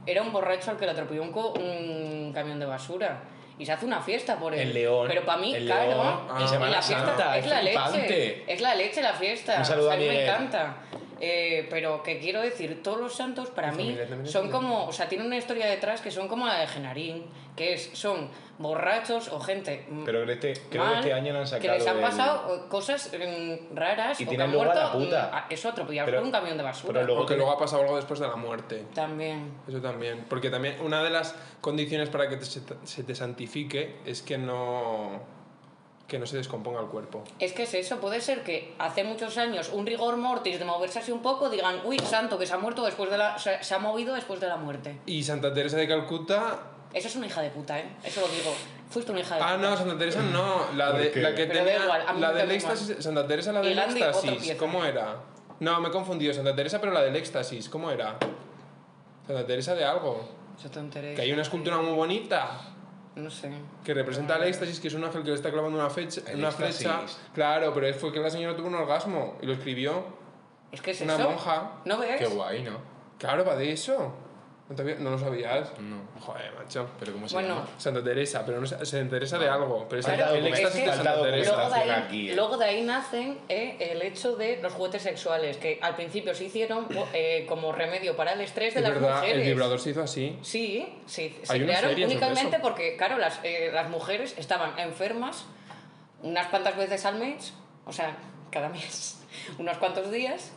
A: era un borracho al que le atropelló un, co- un camión de basura. Y se hace una fiesta por él.
C: En León,
A: Pero para mí,
C: en
A: claro, Ah.
C: León,
B: en
A: la
C: Semana
A: fiesta
C: Santa,
A: es la
C: es
A: leche.
C: flipante.
A: Es la leche la fiesta.
C: Un saludo
A: O sea,
C: a
A: mí me
C: Miguel.
A: encanta. Eh, pero que quiero decir, todos los santos para
B: Mi
A: mí
B: familia también es
A: son
B: muy
A: como, o sea, tienen una historia detrás que son como la de Genarín, que es, son borrachos o gente mm,
C: Pero que este, creo
A: mal,
C: que este año no han sacado.
A: que les han
C: el-
A: pasado eh, cosas mm, raras
C: Y
A: o que
C: tienen
A: han
C: luego a
A: muerto.
C: la puta.
A: mm, a- Eso atropellado
C: Pero-
A: por un camión de basura.
C: pero
B: Porque
C: tiene-
B: luego ha pasado algo después de la muerte.
A: También.
B: Eso también. Porque también una de las condiciones para que te- se, te- se te santifique es que no. que no se descomponga el cuerpo.
A: Es que es eso, puede ser que hace muchos años un rigor mortis de moverse así un poco digan, uy, santo, que se ha muerto después de la. se, se ha movido después de la muerte.
B: Y Santa Teresa de Calcuta.
A: Eso es una hija de puta, ¿eh? Eso lo digo. Fuiste una hija de
B: Ah,
A: puta.
B: no, Santa Teresa no. La, de, la que
A: Pero da
B: tenía.
A: igual, a mí
B: la
A: me
B: del
A: cae muy
B: éxtasis. Santa Teresa, la
A: Y
B: del
A: Gandhi, otro
B: éxtasis.
A: pieza.
B: ¿Cómo era? No, me he confundido. Santa Teresa, pero la del éxtasis. ¿Cómo era? Santa Teresa de algo.
A: Yo te enteré.
B: Que hay una escultura muy bonita.
A: No sé.
B: Que representa el éxtasis, que es un ángel que le está clavando una, fecha,
D: El
B: una
D: éxtasis.
B: flecha. Claro, pero fue que la señora tuvo un orgasmo y lo escribió.
A: Es que es
B: Una
A: eso.
B: monja.
A: ¿No ves?
D: Qué guay, ¿no?
B: Claro, va de eso. ¿No, te había- no lo sabías?
D: No.
B: Joder, macho.
D: Pero ¿cómo se
A: Bueno,
D: llama?
B: Santa Teresa, pero no se interesa de algo. Pero es
A: Claro,
B: el
A: es que
B: éxtasis de Santa
C: faltado
B: Teresa.
A: Luego de, ahí,
C: Llega aquí, eh.
A: luego de ahí nacen eh, el hecho de los juguetes sexuales, que al principio se hicieron eh, como remedio para el estrés de
B: Es
A: las
B: verdad, el
A: mujeres.
B: vibrador se hizo así.
A: Sí, sí, se
B: Hay una
A: crearon
B: serie sobre
A: únicamente
B: eso.
A: porque, claro, las, eh, las mujeres estaban enfermas unas cuantas veces al mes, o sea, cada mes, <laughs> unos cuantos días,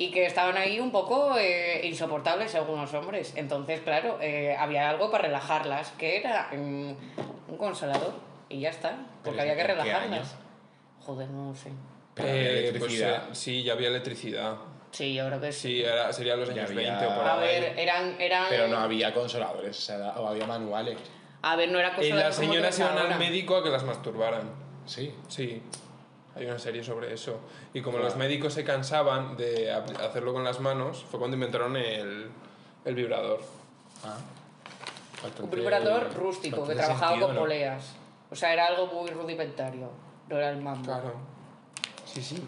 A: y que estaban ahí un poco eh, insoportables según los hombres. Entonces, claro, eh, había algo para relajarlas, que era mm, un consolador, y ya está,
D: Pero
A: porque había que
D: ¿en qué
A: relajarlas.
D: año?
A: Joder, no sé.
D: Pero había
B: Eh,
D: electricidad.
B: pues, eh, sí, ya había electricidad.
A: Sí, yo creo que sí.
B: Sí, era, serían los
C: Ya
B: años
C: había-
B: 20 o por
A: A
B: ahí.
A: ver, eh, eran... eran
C: eh,
D: Pero no había consoladores, o, sea, o había manuales.
A: A ver, no era
B: y
A: consolador
B: las
A: como
B: señoras
A: tenemos
B: iban al
A: ahora.
B: médico a que las masturbaran.
D: Sí.
B: Sí, hay una serie sobre eso. Y como
D: Wow.
B: los médicos se cansaban de ap- hacerlo con las manos, fue cuando inventaron el, el vibrador.
D: Ah.
A: Un
D: Bastante-
A: vibrador rústico que
D: bastante
A: trabajaba
D: sentido,
A: con
D: ¿no?
A: poleas. O sea, era algo muy rudimentario. No era el mambo.
B: Claro. Sí, sí.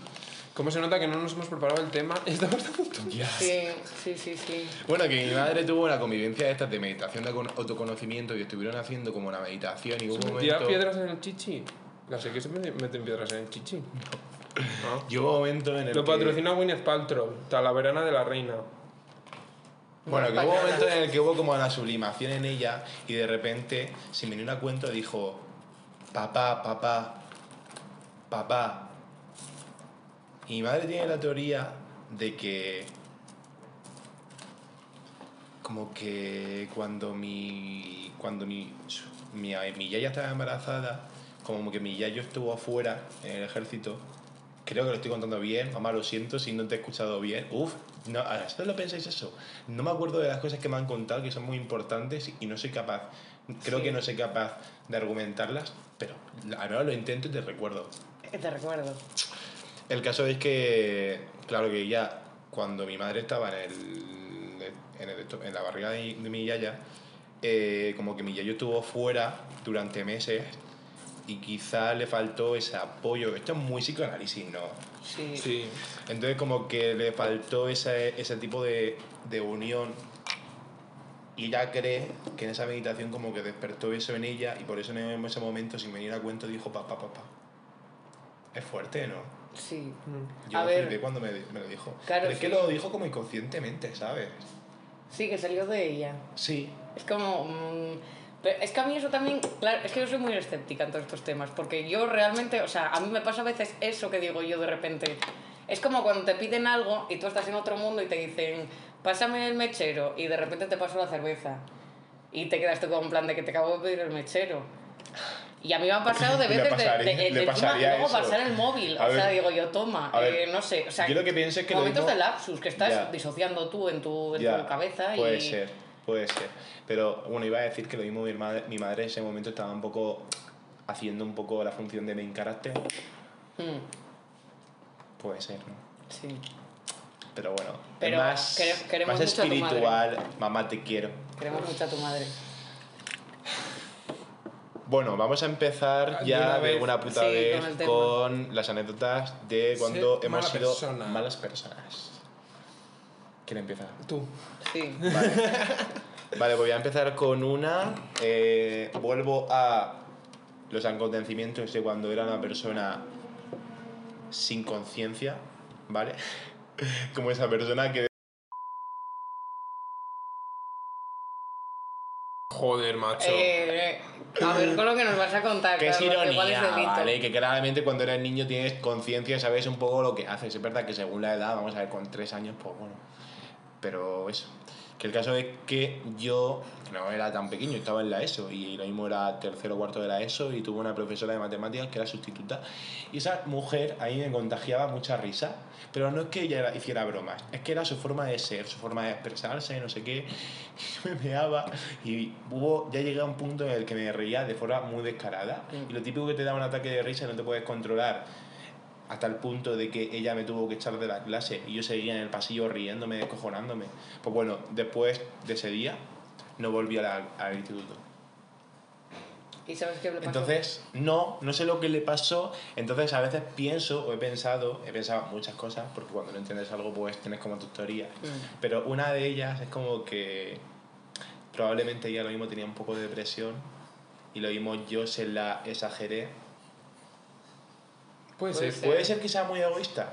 B: ¿Cómo se nota que no nos hemos preparado el tema? <laughs> Estamos tan tontos.
A: Sí, sí, sí, sí.
C: Bueno, que mi madre tuvo una convivencia de estas de meditación de acon- autoconocimiento y estuvieron haciendo como una meditación y hubo un
B: ¿Tirar
C: momento...
B: piedras en el chichi? La sé que se meten piedras en el chichi. No.
C: Yo hubo un momento en el
B: Lo
C: que...
B: patrocina Gwyneth Paltrow, Talaverana de la Reina.
C: Bueno,
A: Una
C: que hubo un
A: española.
C: momento en el que hubo como la sublimación en ella y de repente, sin venir una cuenta, dijo, papá, papá, papá. Y mi madre tiene la teoría de que... Como que cuando mi... Cuando mi... Mi, mi yaya estaba embarazada, como que mi yayo estuvo afuera en el ejército. Creo que lo estoy contando bien, mamá, lo siento si no te he escuchado bien. Uf, no, a veces lo pensáis eso. No me acuerdo de las cosas que me han contado que son muy importantes y no soy capaz. Creo
A: Sí.
C: que no soy capaz de argumentarlas, pero al menos lo intento y te recuerdo.
A: Que Eh, Te recuerdo.
C: El caso es que, claro que ya cuando mi madre estaba en, el, en, el- en la barriga de, mi- de mi yaya, eh, como que mi yayo estuvo fuera durante meses y quizá le faltó ese apoyo. Esto es muy psicoanálisis, ¿no?
A: Sí.
B: Sí.
C: Entonces como que le faltó ese, ese tipo de, de unión y ella cree que en esa meditación como que despertó eso en ella y por eso en ese momento sin venir a cuento dijo papá papá. Es fuerte, ¿no?
A: sí.
C: Yo
A: A
C: lo
A: ver.
C: flipé cuando me, di- me lo dijo.
A: Claro,
C: Pero es que
A: sí.
C: lo dijo como inconscientemente, ¿sabes?
A: Sí, que salió de ella.
C: Sí.
A: Es como... mm, pero es que a mí eso también, claro, es que yo soy muy escéptica en todos estos temas, porque yo realmente, o sea, a mí me pasa a veces eso que digo yo de repente. Es como cuando te piden algo y tú estás en otro mundo y te dicen, pásame el mechero, y de repente te paso la cerveza. Y te quedas tú con un plan de que te acabo de pedir el mechero. Y a mí me ha pasado de
C: <laughs> Le
A: veces de- de,
C: pasaría-
A: de-
C: le
A: de encima
C: pasaría
A: luego
C: eso.
A: pasar el móvil.
C: A
A: o sea,
C: ver.
A: digo yo, toma,
C: A ver.
A: eh, no sé. O sea,
C: Yo lo que pienso es que lo
A: momentos
C: mismo-
A: de lapsus que estás
C: Ya.
A: disociando tú en tu, en tu cabeza.
C: Puede
A: y...
C: ser, puede ser. Pero bueno, iba a decir que lo mismo mi madre, mi madre en ese momento estaba un poco haciendo un poco la función de main carácter.
A: Mm.
C: Puede ser, ¿no?
A: Sí.
C: Pero bueno,
A: Pero
C: es más,
A: quere- queremos
C: más
A: mucho a tu
C: espiritual. Mamá, te quiero.
A: Queremos mucho a tu madre.
C: Bueno, vamos a empezar
B: Ah, De
C: ya
B: una
C: de
B: vez.
C: una
A: Sí,
C: puta
A: con
C: vez
A: el
C: con,
A: tema.
C: las anécdotas de cuando
B: Ser
C: hemos
B: mala
C: sido
B: persona.
C: malas personas. ¿Quién empieza?
B: Tú.
A: Sí.
C: Vale, pues voy a empezar con una. eh, vuelvo a los acontecimientos de cuando era una persona sin conciencia, ¿vale? <laughs> Como esa persona que
B: Joder, macho.
A: Eh, a ver, con lo que nos vas a contar.
C: Que es
A: claro, porque igual
C: ironía,
A: es delito.
C: ¿vale? Que claramente cuando eres niño tienes conciencia, sabes un poco lo que haces. Es verdad que según la edad, vamos a ver, con tres años, pues bueno. Pero eso. Que el caso es que yo no era tan pequeño, estaba en la ESO y lo mismo era tercero o cuarto de la ESO y tuve una profesora de matemáticas que era sustituta. Y esa mujer ahí me contagiaba mucha risa, pero no es que ella era- hiciera bromas, es que era su forma de ser, su forma de expresarse, no sé qué. Yo <laughs> me meaba y hubo, ya llegué a un punto en el que me reía de forma muy descarada.
A: Mm.
C: Y lo típico que te da un ataque de risa y no te puedes controlar hasta el punto de que ella me tuvo que echar de la clase y yo seguía en el pasillo riéndome, descojonándome. Pues bueno, después de ese día no volví a la- al instituto.
A: ¿Y sabes qué le pasó?
C: Entonces, no, no sé lo que le pasó. Entonces, a veces pienso o he pensado, he pensado muchas cosas, porque cuando no entiendes algo, pues tienes como tus teorías.
A: Mm.
C: Pero una de ellas es como que probablemente ella lo mismo tenía un poco de depresión y lo mismo yo se la exageré.
B: Puede
A: puede
B: ser.
A: ser.
C: Puede ser que sea muy egoísta,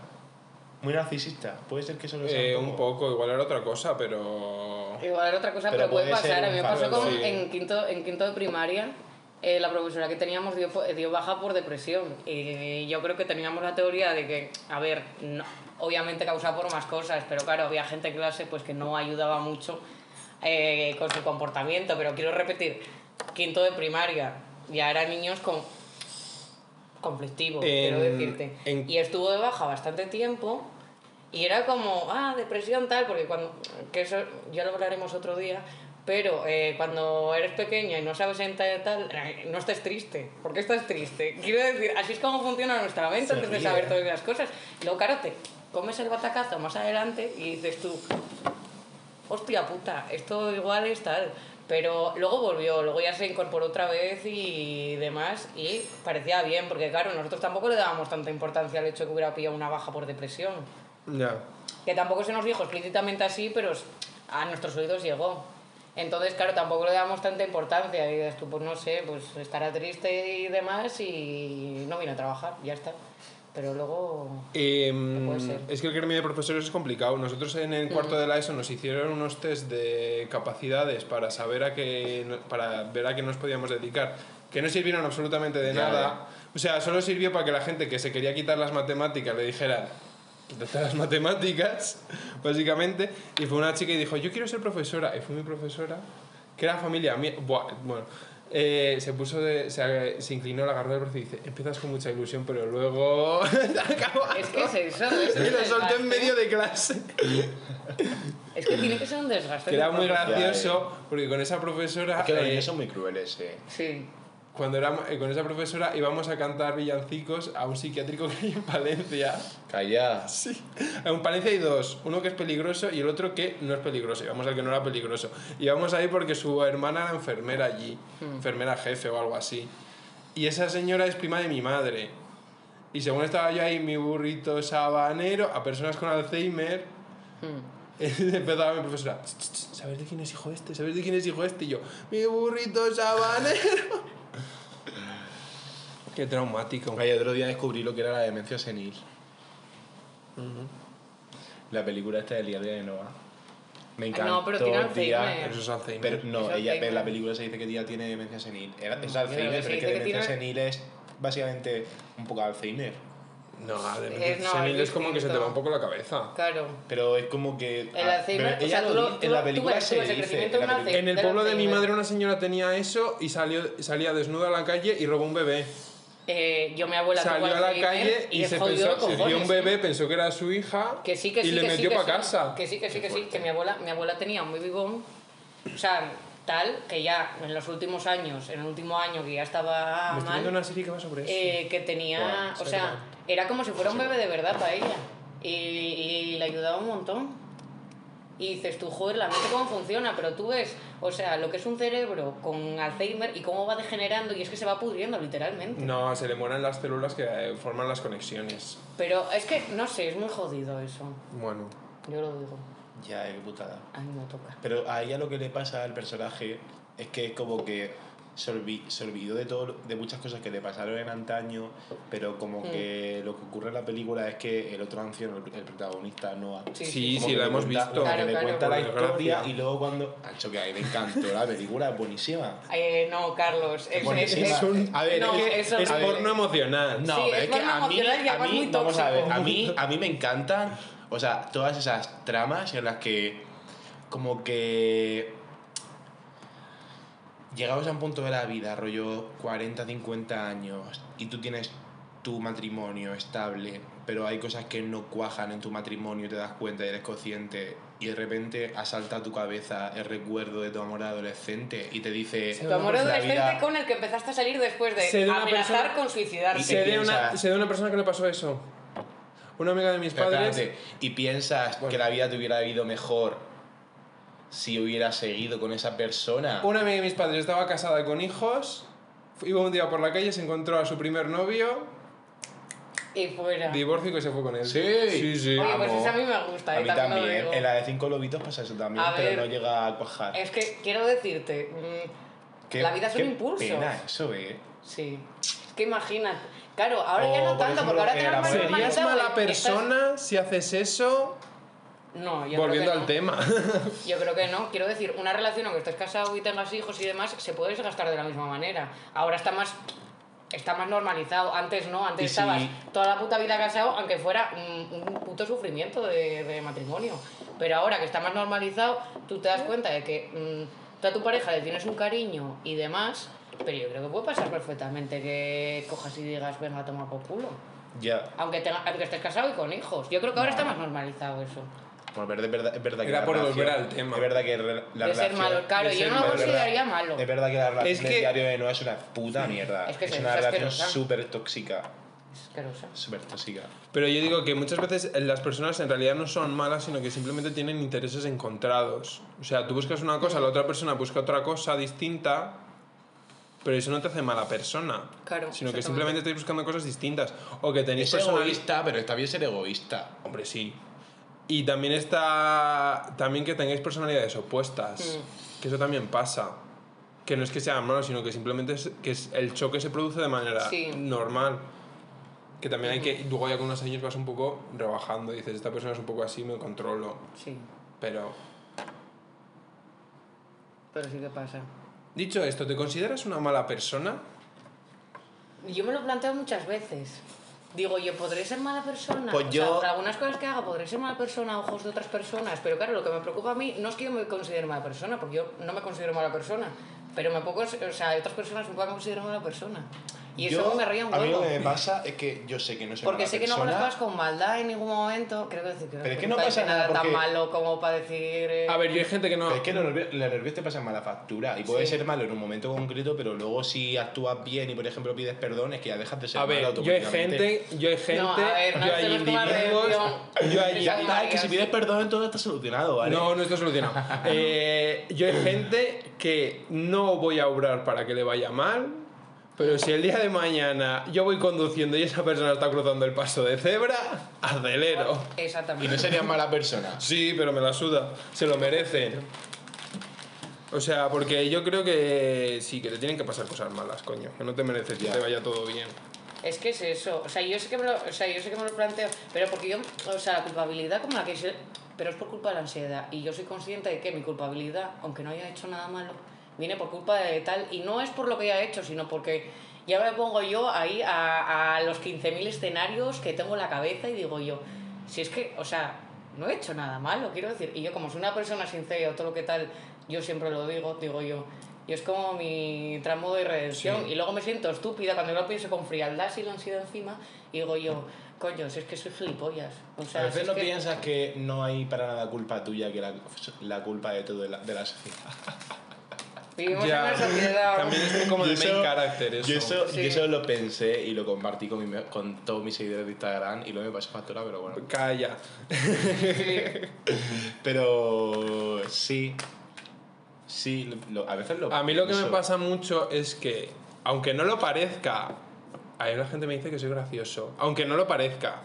C: muy narcisista, puede ser que eso lo sea
B: Eh, un poco, igual era otra cosa, pero.
A: Igual era otra cosa,
C: Pero
A: pero, puede,
C: puede ser
A: pasar. A
C: un
A: mí me pasó
C: farol,
A: con,
B: sí.
A: en, quinto, en quinto de primaria. eh, la profesora que teníamos dio, po- dio baja por depresión. Y yo creo que teníamos la teoría de que, a ver, no- obviamente causaba por más cosas, pero claro, había gente en clase pues, que no ayudaba mucho eh, con su comportamiento. Pero quiero repetir, quinto de primaria, ya eran niños con conflictivos, quiero
B: En-
A: decirte.
B: en-
A: Y estuvo de baja bastante tiempo y era como, ah, depresión tal, porque cuando, que eso ya lo hablaremos otro día, pero eh, cuando eres pequeña y no sabes en tal, tal, eh, no estés triste. ¿Por qué estás triste? Quiero decir, así es como funciona nuestra mente
C: Se
A: antes de
C: ríe.
A: saber todas las cosas. Y luego, claro, te comes el batacazo más adelante y dices tú, hostia puta, esto igual es tal. Pero luego volvió, luego ya se incorporó otra vez y demás, y parecía bien, porque claro, nosotros tampoco le dábamos tanta importancia al hecho de que hubiera pillado una baja por depresión.
B: Ya.
A: Que tampoco se nos dijo explícitamente así, pero a nuestros oídos llegó. Entonces, claro, tampoco le damos tanta importancia. Y dices tú, pues no sé, pues estará triste y demás y no viene a trabajar, ya está. Pero luego...
B: Em,
A: puede ser.
B: es que el gremio de profesores es complicado. Nosotros en el cuarto de la ESO nos hicieron unos test de capacidades para saber a qué, para ver a qué nos podíamos dedicar, que no sirvieron absolutamente de
D: Ya,
B: nada. O sea, solo sirvió para que la gente que se quería quitar las matemáticas le dijera quítate las matemáticas, <laughs> básicamente. Y fue una chica y dijo, yo quiero ser profesora. Y fue mi profesora, que era familia mía. Buah, bueno, eh, se puso de, se, se inclinó, la agarró del brazo y dice, empiezas con mucha ilusión, pero luego... <laughs> acabas".
A: Es que es eso,
B: <laughs>
A: es
B: Y lo
A: un
B: solté en
A: desgaste.
B: medio de clase.
A: Es que tiene que ser un desgaste.
C: <laughs>
B: Que era muy
C: Ya,
B: gracioso, porque con esa profesora...
C: Es que los
B: eh,
C: niños son muy crueles, eh.
A: Sí.
B: cuando era, eh, con esa profesora íbamos a cantar villancicos a un psiquiátrico que hay en Palencia.
D: Calla.
B: Sí. En Palencia hay dos, uno que es peligroso y el otro que no es peligroso. Íbamos al que no era peligroso. Íbamos ahí porque su hermana era enfermera allí, enfermera jefe o algo así. Y esa señora es prima de mi madre. Y según estaba yo ahí, mi burrito sabanero, a personas con Alzheimer, <laughs> empezaba mi profesora, "Ch, ch, ch, ¿sabes de quién es hijo este? ¿Sabes de quién es hijo este? Y yo, mi burrito
D: <laughs>
B: sabanero. Qué traumático.
D: Ay, otro día descubrí lo que era la demencia senil. La película esta de Diario de Noah. Me encantó.
A: No, pero tiene
D: tía.
A: Alzheimer.
B: Eso es Alzheimer.
D: Pero no,
A: Es
D: ella,
A: Alzheimer.
D: en la película se dice que tía tiene demencia senil. Era, es
A: No, creo
D: Alzheimer,
A: que
D: pero es
A: se
D: que
A: dice que
D: demencia
A: tiene-
D: senil es básicamente un poco Alzheimer.
B: No, la
A: Eh,
B: demencia
A: no,
B: senil
A: es
B: es como que se te
A: distinto.
B: va un poco la cabeza.
A: Claro.
D: Pero es como que.
A: El
D: ah,
A: Alzheimer,
D: pero
A: o sea,
D: ella
A: tú
D: lo
A: lo-
D: di-
A: tú
D: en
A: lo-
D: la
A: tú
D: película
A: ves- tú
D: se
A: ves el
D: dice.
A: crecimiento de
D: la
A: un
D: peli-
A: Alzheimer.
B: En el
A: del
B: pueblo de mi
A: Alzheimer.
B: madre una señora tenía eso y salió, salía desnuda a la calle y robó un bebé.
A: Eh, yo mi abuela tuvo
B: Salió a la
A: Alzheimer
B: calle y
A: es
B: se,
A: jodido de
B: pensó, se
A: cojones,
B: vio un
A: ¿eh?
B: bebé, pensó que era su hija
A: Que sí, que sí,
B: y le
A: que sí,
B: metió
A: que
B: para
A: sí.
B: casa.
A: Que sí, que sí, que sí. Que mi abuela, mi abuela tenía un vivón, o sea, tal, que ya en los últimos años, en el último año que ya estaba
B: Me estoy
A: mal,
B: viendo una serie que va sobre eso.
A: eh, que tenía,
B: Buah,
A: o sea, era como si fuera un bebé de verdad para ella. Y, y le ayudaba un montón. Y dices tú, joder, la mente cómo funciona, pero tú ves, o sea, lo que es un cerebro con Alzheimer y cómo va degenerando y es que se va pudriendo literalmente.
B: No, se le mueren las células que eh, forman las conexiones.
A: Pero es que, no sé, es muy jodido eso.
B: Bueno,
A: Yo lo digo.
C: Ya, eh, qué putada.
A: A mí me toca.
C: Pero a ella lo que le pasa al personaje es que es como que se, olvi- se olvidó de todo lo- de muchas cosas que le pasaron en antaño, pero como
A: Hmm.
C: que lo que ocurre en la película es que el otro anciano, el, el protagonista, Noah,
A: Sí,
B: sí,
C: como
B: sí,
C: que
B: la
C: le
B: hemos
C: cuenta-
B: visto.
C: como que
A: Claro,
C: le
A: claro.
C: cuenta la
B: Por desgracia.
C: historia y luego cuando... Ancho, que a mí me encantó la película, es buenísima.
A: Eh, no, Carlos. Es,
C: Bueno,
A: es-
C: sí,
A: es-
C: es un-
A: no,
C: a ver, es que
A: es
B: Es
A: horrible.
B: porno emocional.
A: Sí,
C: No, pero
A: es
C: es, que
A: más
C: a mí,
A: emocional y
C: a
A: además
C: mí-
A: muy
C: vamos a ver,
A: tóxico.
C: a mí, a mí me encantan, o sea, todas esas tramas en las que como que llegamos a un punto de la vida, rollo 40, 50 años, y tú tienes tu matrimonio estable, pero hay cosas que no cuajan en tu matrimonio, te das cuenta y eres consciente, y de repente asalta a tu cabeza el recuerdo de tu amor adolescente y te dice...
A: Tu amor
C: "La
A: adolescente
C: vida-
A: con el que empezaste a salir después
B: Sé
A: de
B: de una
A: amenazar
B: persona-
A: con suicidarse.
B: Se de, una,
C: piensas-
B: se de una persona que le pasó eso. Una amiga de mis
C: Pero
B: padres.
C: espérate, y piensas que la vida te hubiera ido mejor si hubieras seguido con esa persona.
B: Una amiga de mis padres estaba casada con hijos, fu- iba un día por la calle, se encontró a su primer novio,
A: Y fuera.
B: divorcio y que se fue con él.
C: Sí.
B: sí, sí.
A: Oye, pues
C: Amo.
A: esa a mí me gusta.
C: a
A: eh, también
C: mí
A: lo
C: también.
A: digo.
C: En la de cinco lobitos pasa eso también,
A: A
C: pero
A: ver.
C: no llega a cuajar.
A: Es que quiero decirte, mm,
C: Qué-
A: la vida es un
C: qué
A: impulso.
C: Pena eso, eh.
A: sí. Es que imagínate. Claro, ahora
C: O,
A: ya no
C: por
A: tanto,
C: ejemplo,
A: porque ahora
C: el
A: te
C: amor-
A: más
C: Serías
B: ¿Serías
A: normalizado,
B: mala
A: eh, estás-
B: persona si haces eso?
A: No, yo
B: Volviendo
A: creo que
B: al
A: no.
B: tema. <laughs>
A: Yo creo que no. Quiero decir, una relación, aunque estés casado y tengas hijos y demás, se puede desgastar de la misma manera. Ahora está más. Está más normalizado. Antes no, antes
C: Y si-
A: estabas toda la puta vida casado, aunque fuera un, un puto sufrimiento de, de matrimonio. Pero ahora que está más normalizado, tú te das cuenta de que mm, tú a tu pareja le tienes un cariño y demás, pero yo creo que puede pasar perfectamente que cojas y digas, venga, toma por culo.
C: Ya.
A: Aunque, tenga- aunque estés casado y con hijos. Yo creo que ahora está más normalizado eso.
C: Bueno, pero es verdad, es verdad que
B: Era
C: la
B: por
C: relación-
B: volver al tema.
C: Es verdad que re- la
A: de ser
C: relación-
A: malo. Claro,
B: de
A: yo
B: ser
A: no lo
B: malo,
C: es verdad-
A: consideraría malo.
C: Es verdad que la relación
B: Es
C: del
B: que-
C: diario de Noah es una puta mierda.
A: Es que es
C: una relación
A: asquerosa.
C: súper tóxica.
A: Asquerosa.
D: Súper tóxica.
B: Pero yo digo que muchas veces eh, las personas en realidad no son malas, sino que simplemente tienen intereses encontrados. O sea, tú buscas una cosa, la otra persona busca otra cosa distinta, pero eso no te hace mala persona.
A: Claro,
B: Sino que
A: exactamente.
B: simplemente estáis buscando cosas distintas. O que tenéis
D: Es
B: personalidad.
D: egoísta, pero está bien ser egoísta.
B: Hombre, sí. Y también está. También que tengáis personalidades opuestas.
A: Mm.
B: Que eso también pasa. Que no es que sean malos, sino que simplemente es, que es- el choque se produce de manera
A: Sí. Mm.
B: normal. Que también hay que. Luego ya con unos años vas un poco rebajando. Dices, esta persona es un poco así, me controlo.
A: Sí,
B: Pero.
A: pero sí que pasa.
B: Dicho esto, ¿te consideras una mala persona?
A: Yo me lo he planteado muchas veces. Digo, yo podré ser mala persona.
C: Pues
A: O
C: yo-
A: sea, por algunas cosas que haga, podré ser mala persona a ojos de otras personas. Pero claro, lo que me preocupa a mí no es que yo me considere mala persona, porque yo no me considero mala persona. Pero me poco, o sea, hay otras personas me pueden considerar mala persona. Y eso
C: Yo-
A: me ría un
C: A mí lo
A: huevo.
C: que me pasa es que yo sé que no soy
A: Porque
C: mala
A: sé que no
C: persona,
A: conozco las con maldad en ningún momento. Creo que decir que
C: Pero es que
A: nunca
C: no pasa
A: hice
C: nada
A: tan
C: porque-
A: malo como para decir. eh,
B: A ver, yo hay gente que no.
C: Pero es que los nervios, los nervios te pasan mala factura y puede
A: Sí.
C: ser malo en un momento concreto, pero luego si actúas bien y por ejemplo pides perdón, es que ya dejas de ser
B: A ver,
C: malo
B: yo hay
C: automáticamente.
B: gente, yo hay gente,
A: No, a ver, no
B: yo hay
A: hacemos como la
B: individuos,
A: rebelión.
B: yo hay
A: Esa
C: Ya está, es que
A: María,
C: si
A: sí.
C: pides perdón todo está solucionado, ¿vale?
B: No, no está
C: <laughs>
B: solucionado. Eh, yo hay gente que no voy a obrar para que le vaya mal, pero si el día de mañana yo voy conduciendo y esa persona está cruzando el paso de cebra, acelero.
C: Y no
A: Exactamente.
C: serías mala
B: <laughs>
C: persona.
B: Sí, pero me la suda, se lo merecen. O sea, porque yo creo que sí, que te tienen que pasar cosas malas, coño. Que no te mereces que
C: Ya.
B: te vaya todo bien.
A: Es que es eso. O sea, yo sé que me lo, o sea, yo sé que me lo planteo, pero porque yo, o sea, la culpabilidad como la que se- pero es por culpa de la ansiedad y yo soy consciente de que mi culpabilidad, aunque no haya hecho nada malo, viene por culpa de tal y no es por lo que haya hecho, sino porque ya me pongo yo ahí a, a los 15.000 escenarios que tengo en la cabeza y digo yo, si es que, o sea, no he hecho nada malo, quiero decir, y yo como soy una persona sincera, todo lo que tal, yo siempre lo digo, digo yo, y es como mi tramo de redención. Y luego me siento estúpida cuando yo lo pienso con frialdad si lo han sido encima. Y digo yo, coño, si es que soy gilipollas. O sea,
C: a
A: si
C: veces
A: es
C: no
A: que-
C: piensas que no hay para nada culpa tuya, que la, la culpa de todo de la, de la sociedad.
A: Vivimos
B: Ya.
A: en una sociedad.
B: <laughs> También es como
C: Yo
B: el main
C: eso-
B: character eso.
C: Yo eso,
A: Sí.
C: yo eso lo pensé y lo compartí con, mi- con todos mis seguidores de Instagram y luego me pasó factura, pero bueno.
B: Calla.
A: Sí.
C: Pero sí. Sí, lo- a veces lo
B: A mí lo que me
C: pienso.
B: pasa mucho es que, aunque no lo parezca, a mí la gente me dice que soy gracioso, aunque no lo parezca.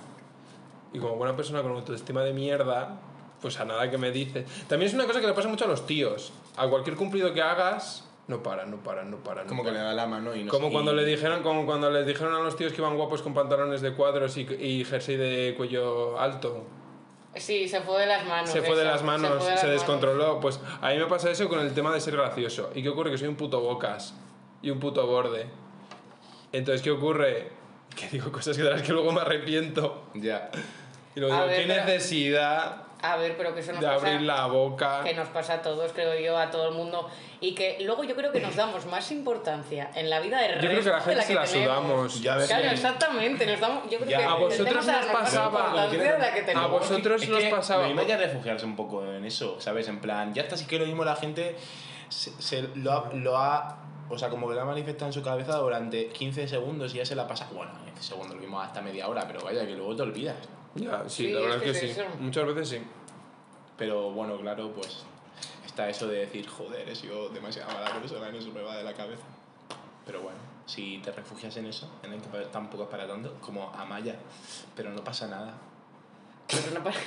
B: Y como buena persona con autoestima de mierda, pues a nada que me dice. También es una cosa que le pasa mucho a los tíos. A cualquier cumplido que hagas, no para, no para, no para. no
C: Como que
B: para.
C: le da la mano y no
B: Como
C: sé-
B: cuando
C: y-
B: le dijeron, como cuando les dijeron a los tíos que iban guapos con pantalones de cuadros y, y jersey de cuello alto.
A: <laughs> Sí, se fue de las manos.
B: se fue de
A: eso,
B: las
A: fue
B: manos,
A: de
B: se,
A: las manos.
B: descontroló. Pues a mí me pasa eso con el tema de ser gracioso. ¿Y qué ocurre? Que soy un puto bocas y un puto borde. Entonces, ¿qué ocurre? Que digo cosas que de las que luego me arrepiento.
C: Ya.
B: Y luego
A: A
B: digo,
A: ver,
B: ¿qué
A: pero-
B: necesidad
A: A ver, pero que eso nos
B: de
A: pasa-
B: abrir la boca?
A: que nos pasa a todos, creo yo, a todo el mundo. Y que luego yo creo que nos damos más importancia en la vida del
B: Yo creo que
A: resto
B: la
A: de
B: gente se la
A: tenemos.
B: sudamos.
C: Ya ves.
A: Claro,
C: Sí.
A: exactamente. Nos damos, yo creo
C: Ya.
A: que
C: A
B: vosotros
A: tendemos
B: nos
A: darnos más
B: pasaba.
A: importancia de la que tenemos.
B: A vosotros
C: Es
B: nos
C: que
B: pasaba.
C: Lo mismo hay que refugiarse un poco en eso, ¿sabes? En plan, ya está, sí que lo mismo la gente se, se lo, ha, lo ha- O sea, como que lo ha manifestado en su cabeza durante 15 segundos y ya se la pasa. Bueno, 15 segundos, lo mismo hasta media hora, pero vaya, que luego te olvidas.
B: Ya, sí,
A: Sí,
B: la verdad
A: es
B: es
A: que
B: que,
A: es
B: sí.
A: eso.
B: Muchas veces sí.
C: Pero bueno, claro, pues está eso de decir, joder, he sido demasiado mala persona y eso me va de la cabeza. Pero bueno, si te refugias en eso, en el que tampoco es para tanto, como Amaya, pero no pasa nada.
A: <laughs> Pero no pasa-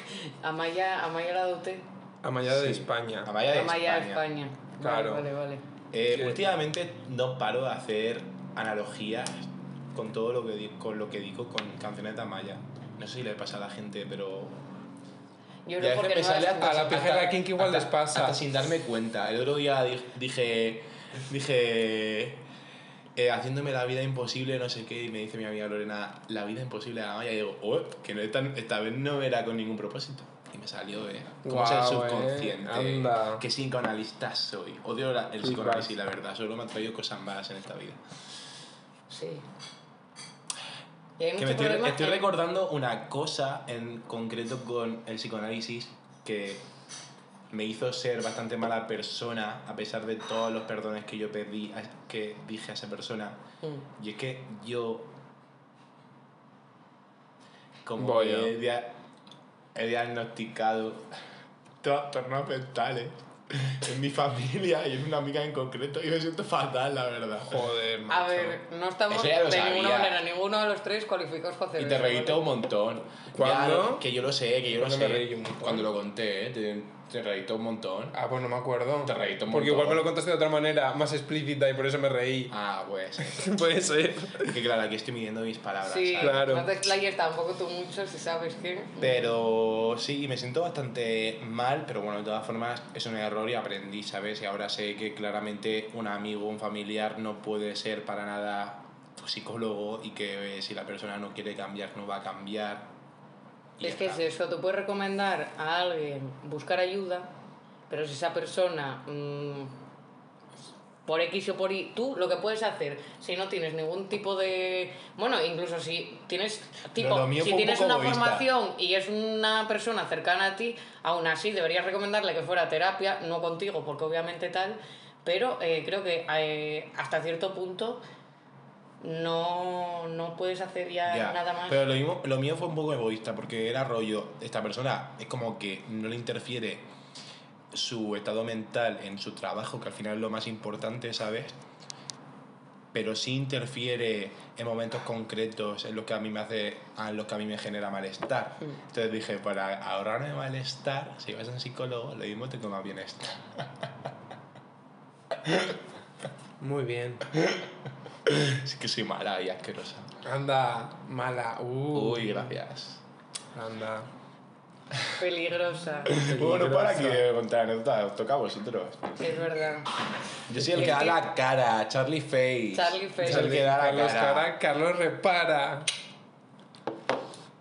A: Amaya, Amaya la doté.
B: Amaya de
C: Sí.
B: España.
C: Amaya de
A: Amaya
C: España.
A: España. Vale,
B: Claro.
A: Vale, vale.
C: Eh,
B: Sí.
C: últimamente no paro de hacer analogías con todo lo que di- con lo que digo con canciones de Amaya. No sé si le pasa a la gente, pero
A: Yo
C: Y a
A: creo
C: veces
A: porque
C: me
A: no
C: sale
A: la
C: hasta
B: A la
A: escuchas.
B: pijera kinky igual les pasa.
C: hasta sin darme cuenta. El otro día di- dije, dije, eh, haciéndome la vida imposible, no sé qué, y me dice mi amiga Lorena, la vida imposible de Amaya. Y digo, oh, que no es tan- esta vez no era con ningún propósito. Y me salió, eh, como
B: Guau,
C: ser
B: eh,
C: subconsciente,
B: anda.
C: qué psicoanalista soy. Odio la- el
B: Sí,
C: psicoanálisis,
B: vas.
C: la verdad, solo me ha traído cosas malas en esta vida.
A: Sí. Y hay
C: Que
A: mucho
C: me estoy,
A: problema
C: estoy
A: en-
C: recordando una cosa en concreto con el psicoanálisis que me hizo ser bastante mala persona a pesar de todos los perdones que yo pedí, a- que dije a esa persona.
A: Mm.
C: Y es que yo Como
B: Voy
C: que
B: yo.
C: he, dia- he diagnosticado <laughs> trastornos mentales en mi familia y en una amiga en concreto y me siento fatal, la verdad.
B: Joder, macho.
A: A ver, no estamos
D: Eso
A: de
D: ya lo
A: ninguna
D: sabía.
A: manera, ninguno de los tres cualificados para hacer
D: Y te
A: eso,
D: reíste
A: ¿vale?
D: un montón.
B: ¿Cuándo?
D: Ya, que yo lo sé, que yo lo
B: ¿Cuándo
D: sé.
B: me reí yo un montón?
D: Cuando lo conté, eh, te, te reíste un montón.
B: Ah, pues no me acuerdo.
D: Te reíste un
B: Porque
D: montón.
B: igual me lo contaste de otra manera, más explícita, y por eso me reí.
D: Ah, pues.
B: <laughs> Puede ser.
C: eh, <laughs> Que claro, aquí estoy midiendo mis palabras.
A: Sí,
C: ¿sabes?
B: Claro.
A: no te explayes tampoco tú mucho, si sabes que...
C: Pero sí, me siento bastante mal, pero bueno, de todas formas es un error y aprendí, ¿sabes? Y ahora sé que claramente un amigo, un familiar no puede ser para nada tu psicólogo y que eh, si la persona no quiere cambiar, no va a cambiar. Y
A: Es
C: ya
A: que es
C: está.
A: eso, tú puedes recomendar a alguien buscar ayuda, pero si esa persona, mm, por X o por Y, tú lo que puedes hacer, si no tienes ningún tipo de... Bueno, incluso si tienes, tipo,
C: lo mío
A: si
C: fue un
A: tienes
C: poco
A: una
C: egoísta.
A: formación y es una persona cercana a ti, aún así deberías recomendarle que fuera a terapia, no contigo, porque obviamente tal, pero eh, creo que eh, hasta cierto punto... No, no puedes hacer ya,
C: Ya,
A: nada más.
C: Pero lo, mismo- lo mío fue un poco egoísta porque era rollo, esta persona es como que no le interfiere su estado mental en su trabajo, que al final es lo más importante, ¿sabes? Pero sí interfiere en momentos concretos en los que a mí me hace, a los que a mí me genera malestar.
A: Mm.
C: Entonces dije, para ahorrarme malestar, si vas a un psicólogo, lo mismo te toma bienestar. <laughs>
B: Muy bien.
C: Así que soy mala y asquerosa.
B: Anda, mala. Uh,
C: Uy, gracias.
B: Anda.
A: Peligrosa.
C: Bueno, para aquí eh, contar anécdotas, os toca a vosotros.
A: Es verdad.
C: Yo soy el que da la cara, Charlie Face.
A: Charlie Face.
C: Yo soy el que da la
B: Carlos
C: cara.
B: cara, Carlos repara.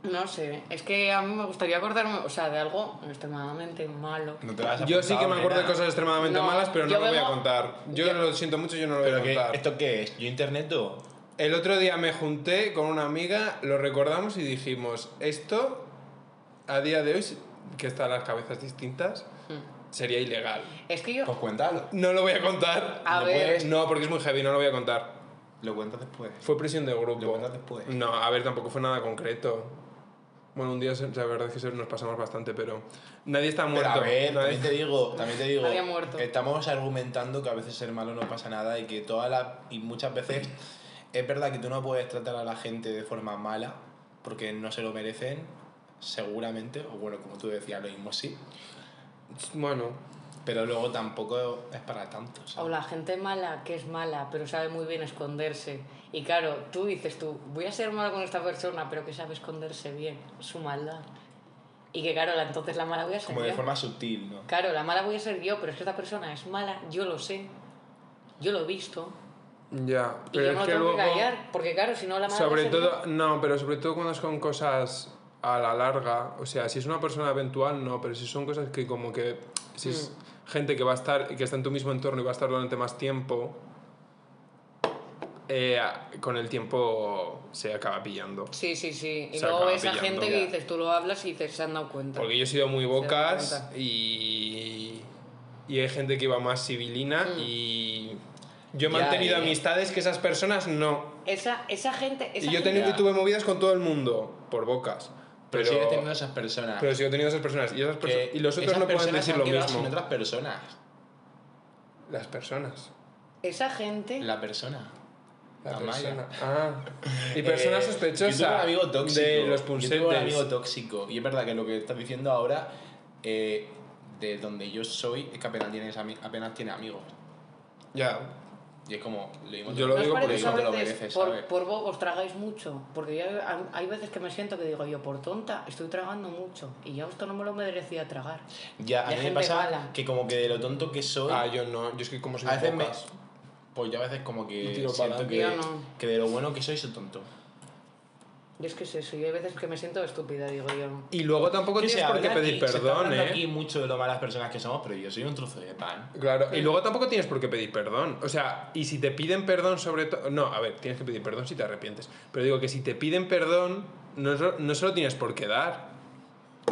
A: No sé, es que a mí me gustaría acordarme, o sea, de algo extremadamente malo.
C: No te la has
B: Yo sí que me
C: apuntado,
B: acuerdo de
C: nena.
B: cosas extremadamente
A: No,
B: malas, pero no
A: yo
B: lo voy a
A: vengo-
B: contar. Yo,
A: yo-
B: lo siento mucho, yo no lo voy a
C: ¿Pero qué?
B: contar.
C: ¿Esto qué es? ¿Yo interneto?
B: El otro día me junté con una amiga, lo recordamos y dijimos, esto a día de hoy, que están las cabezas distintas,
A: Hmm.
B: sería ilegal.
A: Es que yo,
C: Pues cuéntalo.
B: No lo voy a contar.
A: A
B: No
A: ver.
B: puedes- No, porque es muy heavy, no lo voy a contar.
C: Lo cuentas después.
B: Fue presión de grupo.
C: Lo cuentas después.
B: No, a ver, tampoco fue nada concreto. Bueno, un día se- la verdad es que se- nos pasamos bastante, pero nadie está
C: Pero
B: muerto.
C: a ver,
B: Nadie-
C: también te digo, también te digo,
A: Había muerto.
C: estamos argumentando que a veces ser malo no pasa nada y que todas las y muchas veces es verdad que tú no puedes tratar a la gente de forma mala porque no se lo merecen seguramente, o bueno, como tú decías, lo mismo sí,
B: Bueno,
C: pero luego tampoco es para tanto,
B: Oh.
C: ¿sabes?
A: o la gente mala que es mala, pero sabe muy bien esconderse. Y claro, tú dices tú, voy a ser mala con esta persona, pero que sabe esconderse bien, su maldad. Y que claro, la, entonces la mala voy a ser
C: Como de
A: yo.
C: forma sutil, ¿no?
A: Claro, la mala voy a ser yo, pero es que esta persona es mala, yo lo sé, yo lo he visto.
B: ya.
A: Y yo
B: Pero
A: me
B: es
A: lo
B: que
A: tengo
B: luego.
A: que callar, porque claro, si no la mala va a
B: Sobre
A: ser yo.
B: todo, no, pero sobre todo cuando son cosas a la larga, o sea, si es una persona eventual, no, pero si son cosas que como que, si es
A: Mm.
B: gente que va a estar, que está en tu mismo entorno y va a estar durante más tiempo, eh, con el tiempo se acaba pillando.
A: Sí, sí, sí. Y
B: Se
A: luego
B: acaba
A: ves a
B: pillando.
A: gente que dices, tú lo hablas y dices, se han dado cuenta.
B: Porque yo he sido muy
A: Se da
B: bocas
A: cuenta.
B: y, y hay gente que va más civilina
A: Hmm.
B: y yo he
C: Ya,
B: mantenido
C: eh.
B: amistades que esas personas no.
A: Esa, esa gente. Esa
B: Y yo he
A: gente-
B: tenido-
C: Ya.
B: tuve movidas con todo el mundo, por bocas.
C: Pero, sigues teniendo esas personas.
B: Pero sigo teniendo esas personas. Y, esas perso-
C: que
B: y los otros
C: esas
B: no pueden
C: personas
B: decir
C: han
B: lo
C: quedado
B: mismo.
C: sin otras personas.
B: Las personas.
A: Esa gente.
C: La persona.
B: La
C: Amaya.
B: persona.
C: <laughs>
B: Ah. Y personas
C: Eh,
B: sospechosas.
C: Yo tuve un amigo tóxico.
B: De los
C: Yo tuve un amigo
B: punsetes.
C: tóxico. Y es verdad que lo que estás diciendo ahora, eh, de donde yo soy, es que apenas, tienes ami- apenas tiene amigos.
B: Ya.
C: Y es como, lo mismo
B: Yo
A: ¿No
B: lo
A: os
B: digo por
A: parece
B: eso.
A: que
C: te
A: a
C: lo
A: veces
C: mereces, ¿sabes?
A: por, por vos os tragáis mucho. Porque yo, hay- hay veces que me siento que digo, yo por tonta estoy tragando mucho. Y ya esto no me lo merecía tragar.
C: Ya, a
A: Ya
C: mí me
A: gente
C: pasa
A: mala.
C: que como que de lo tonto que soy,
B: Ah, yo no. Yo es que como soy
C: a veces me...
B: bocas.
C: Pues yo a veces como
B: Un
C: que
B: tiro
C: siento
B: pa'lante.
C: que,
A: Yo no.
C: que de lo bueno que soy, soy tonto.
A: Y es que es eso. Y hay veces que me siento estúpida, digo yo.
B: Y luego tampoco
C: Que se
B: tienes por qué
C: habla
B: pedir
C: aquí- se está
B: perdón,
C: hablando
B: ¿eh?
C: aquí mucho de lo malas personas que somos, pero yo soy un trozo de pan.
B: Claro, y luego tampoco tienes por qué pedir perdón. O sea, y si te piden perdón sobre todo... No, a ver, tienes que pedir perdón si te arrepientes. Pero digo que si te piden perdón, no, es lo- no se lo tienes por qué dar.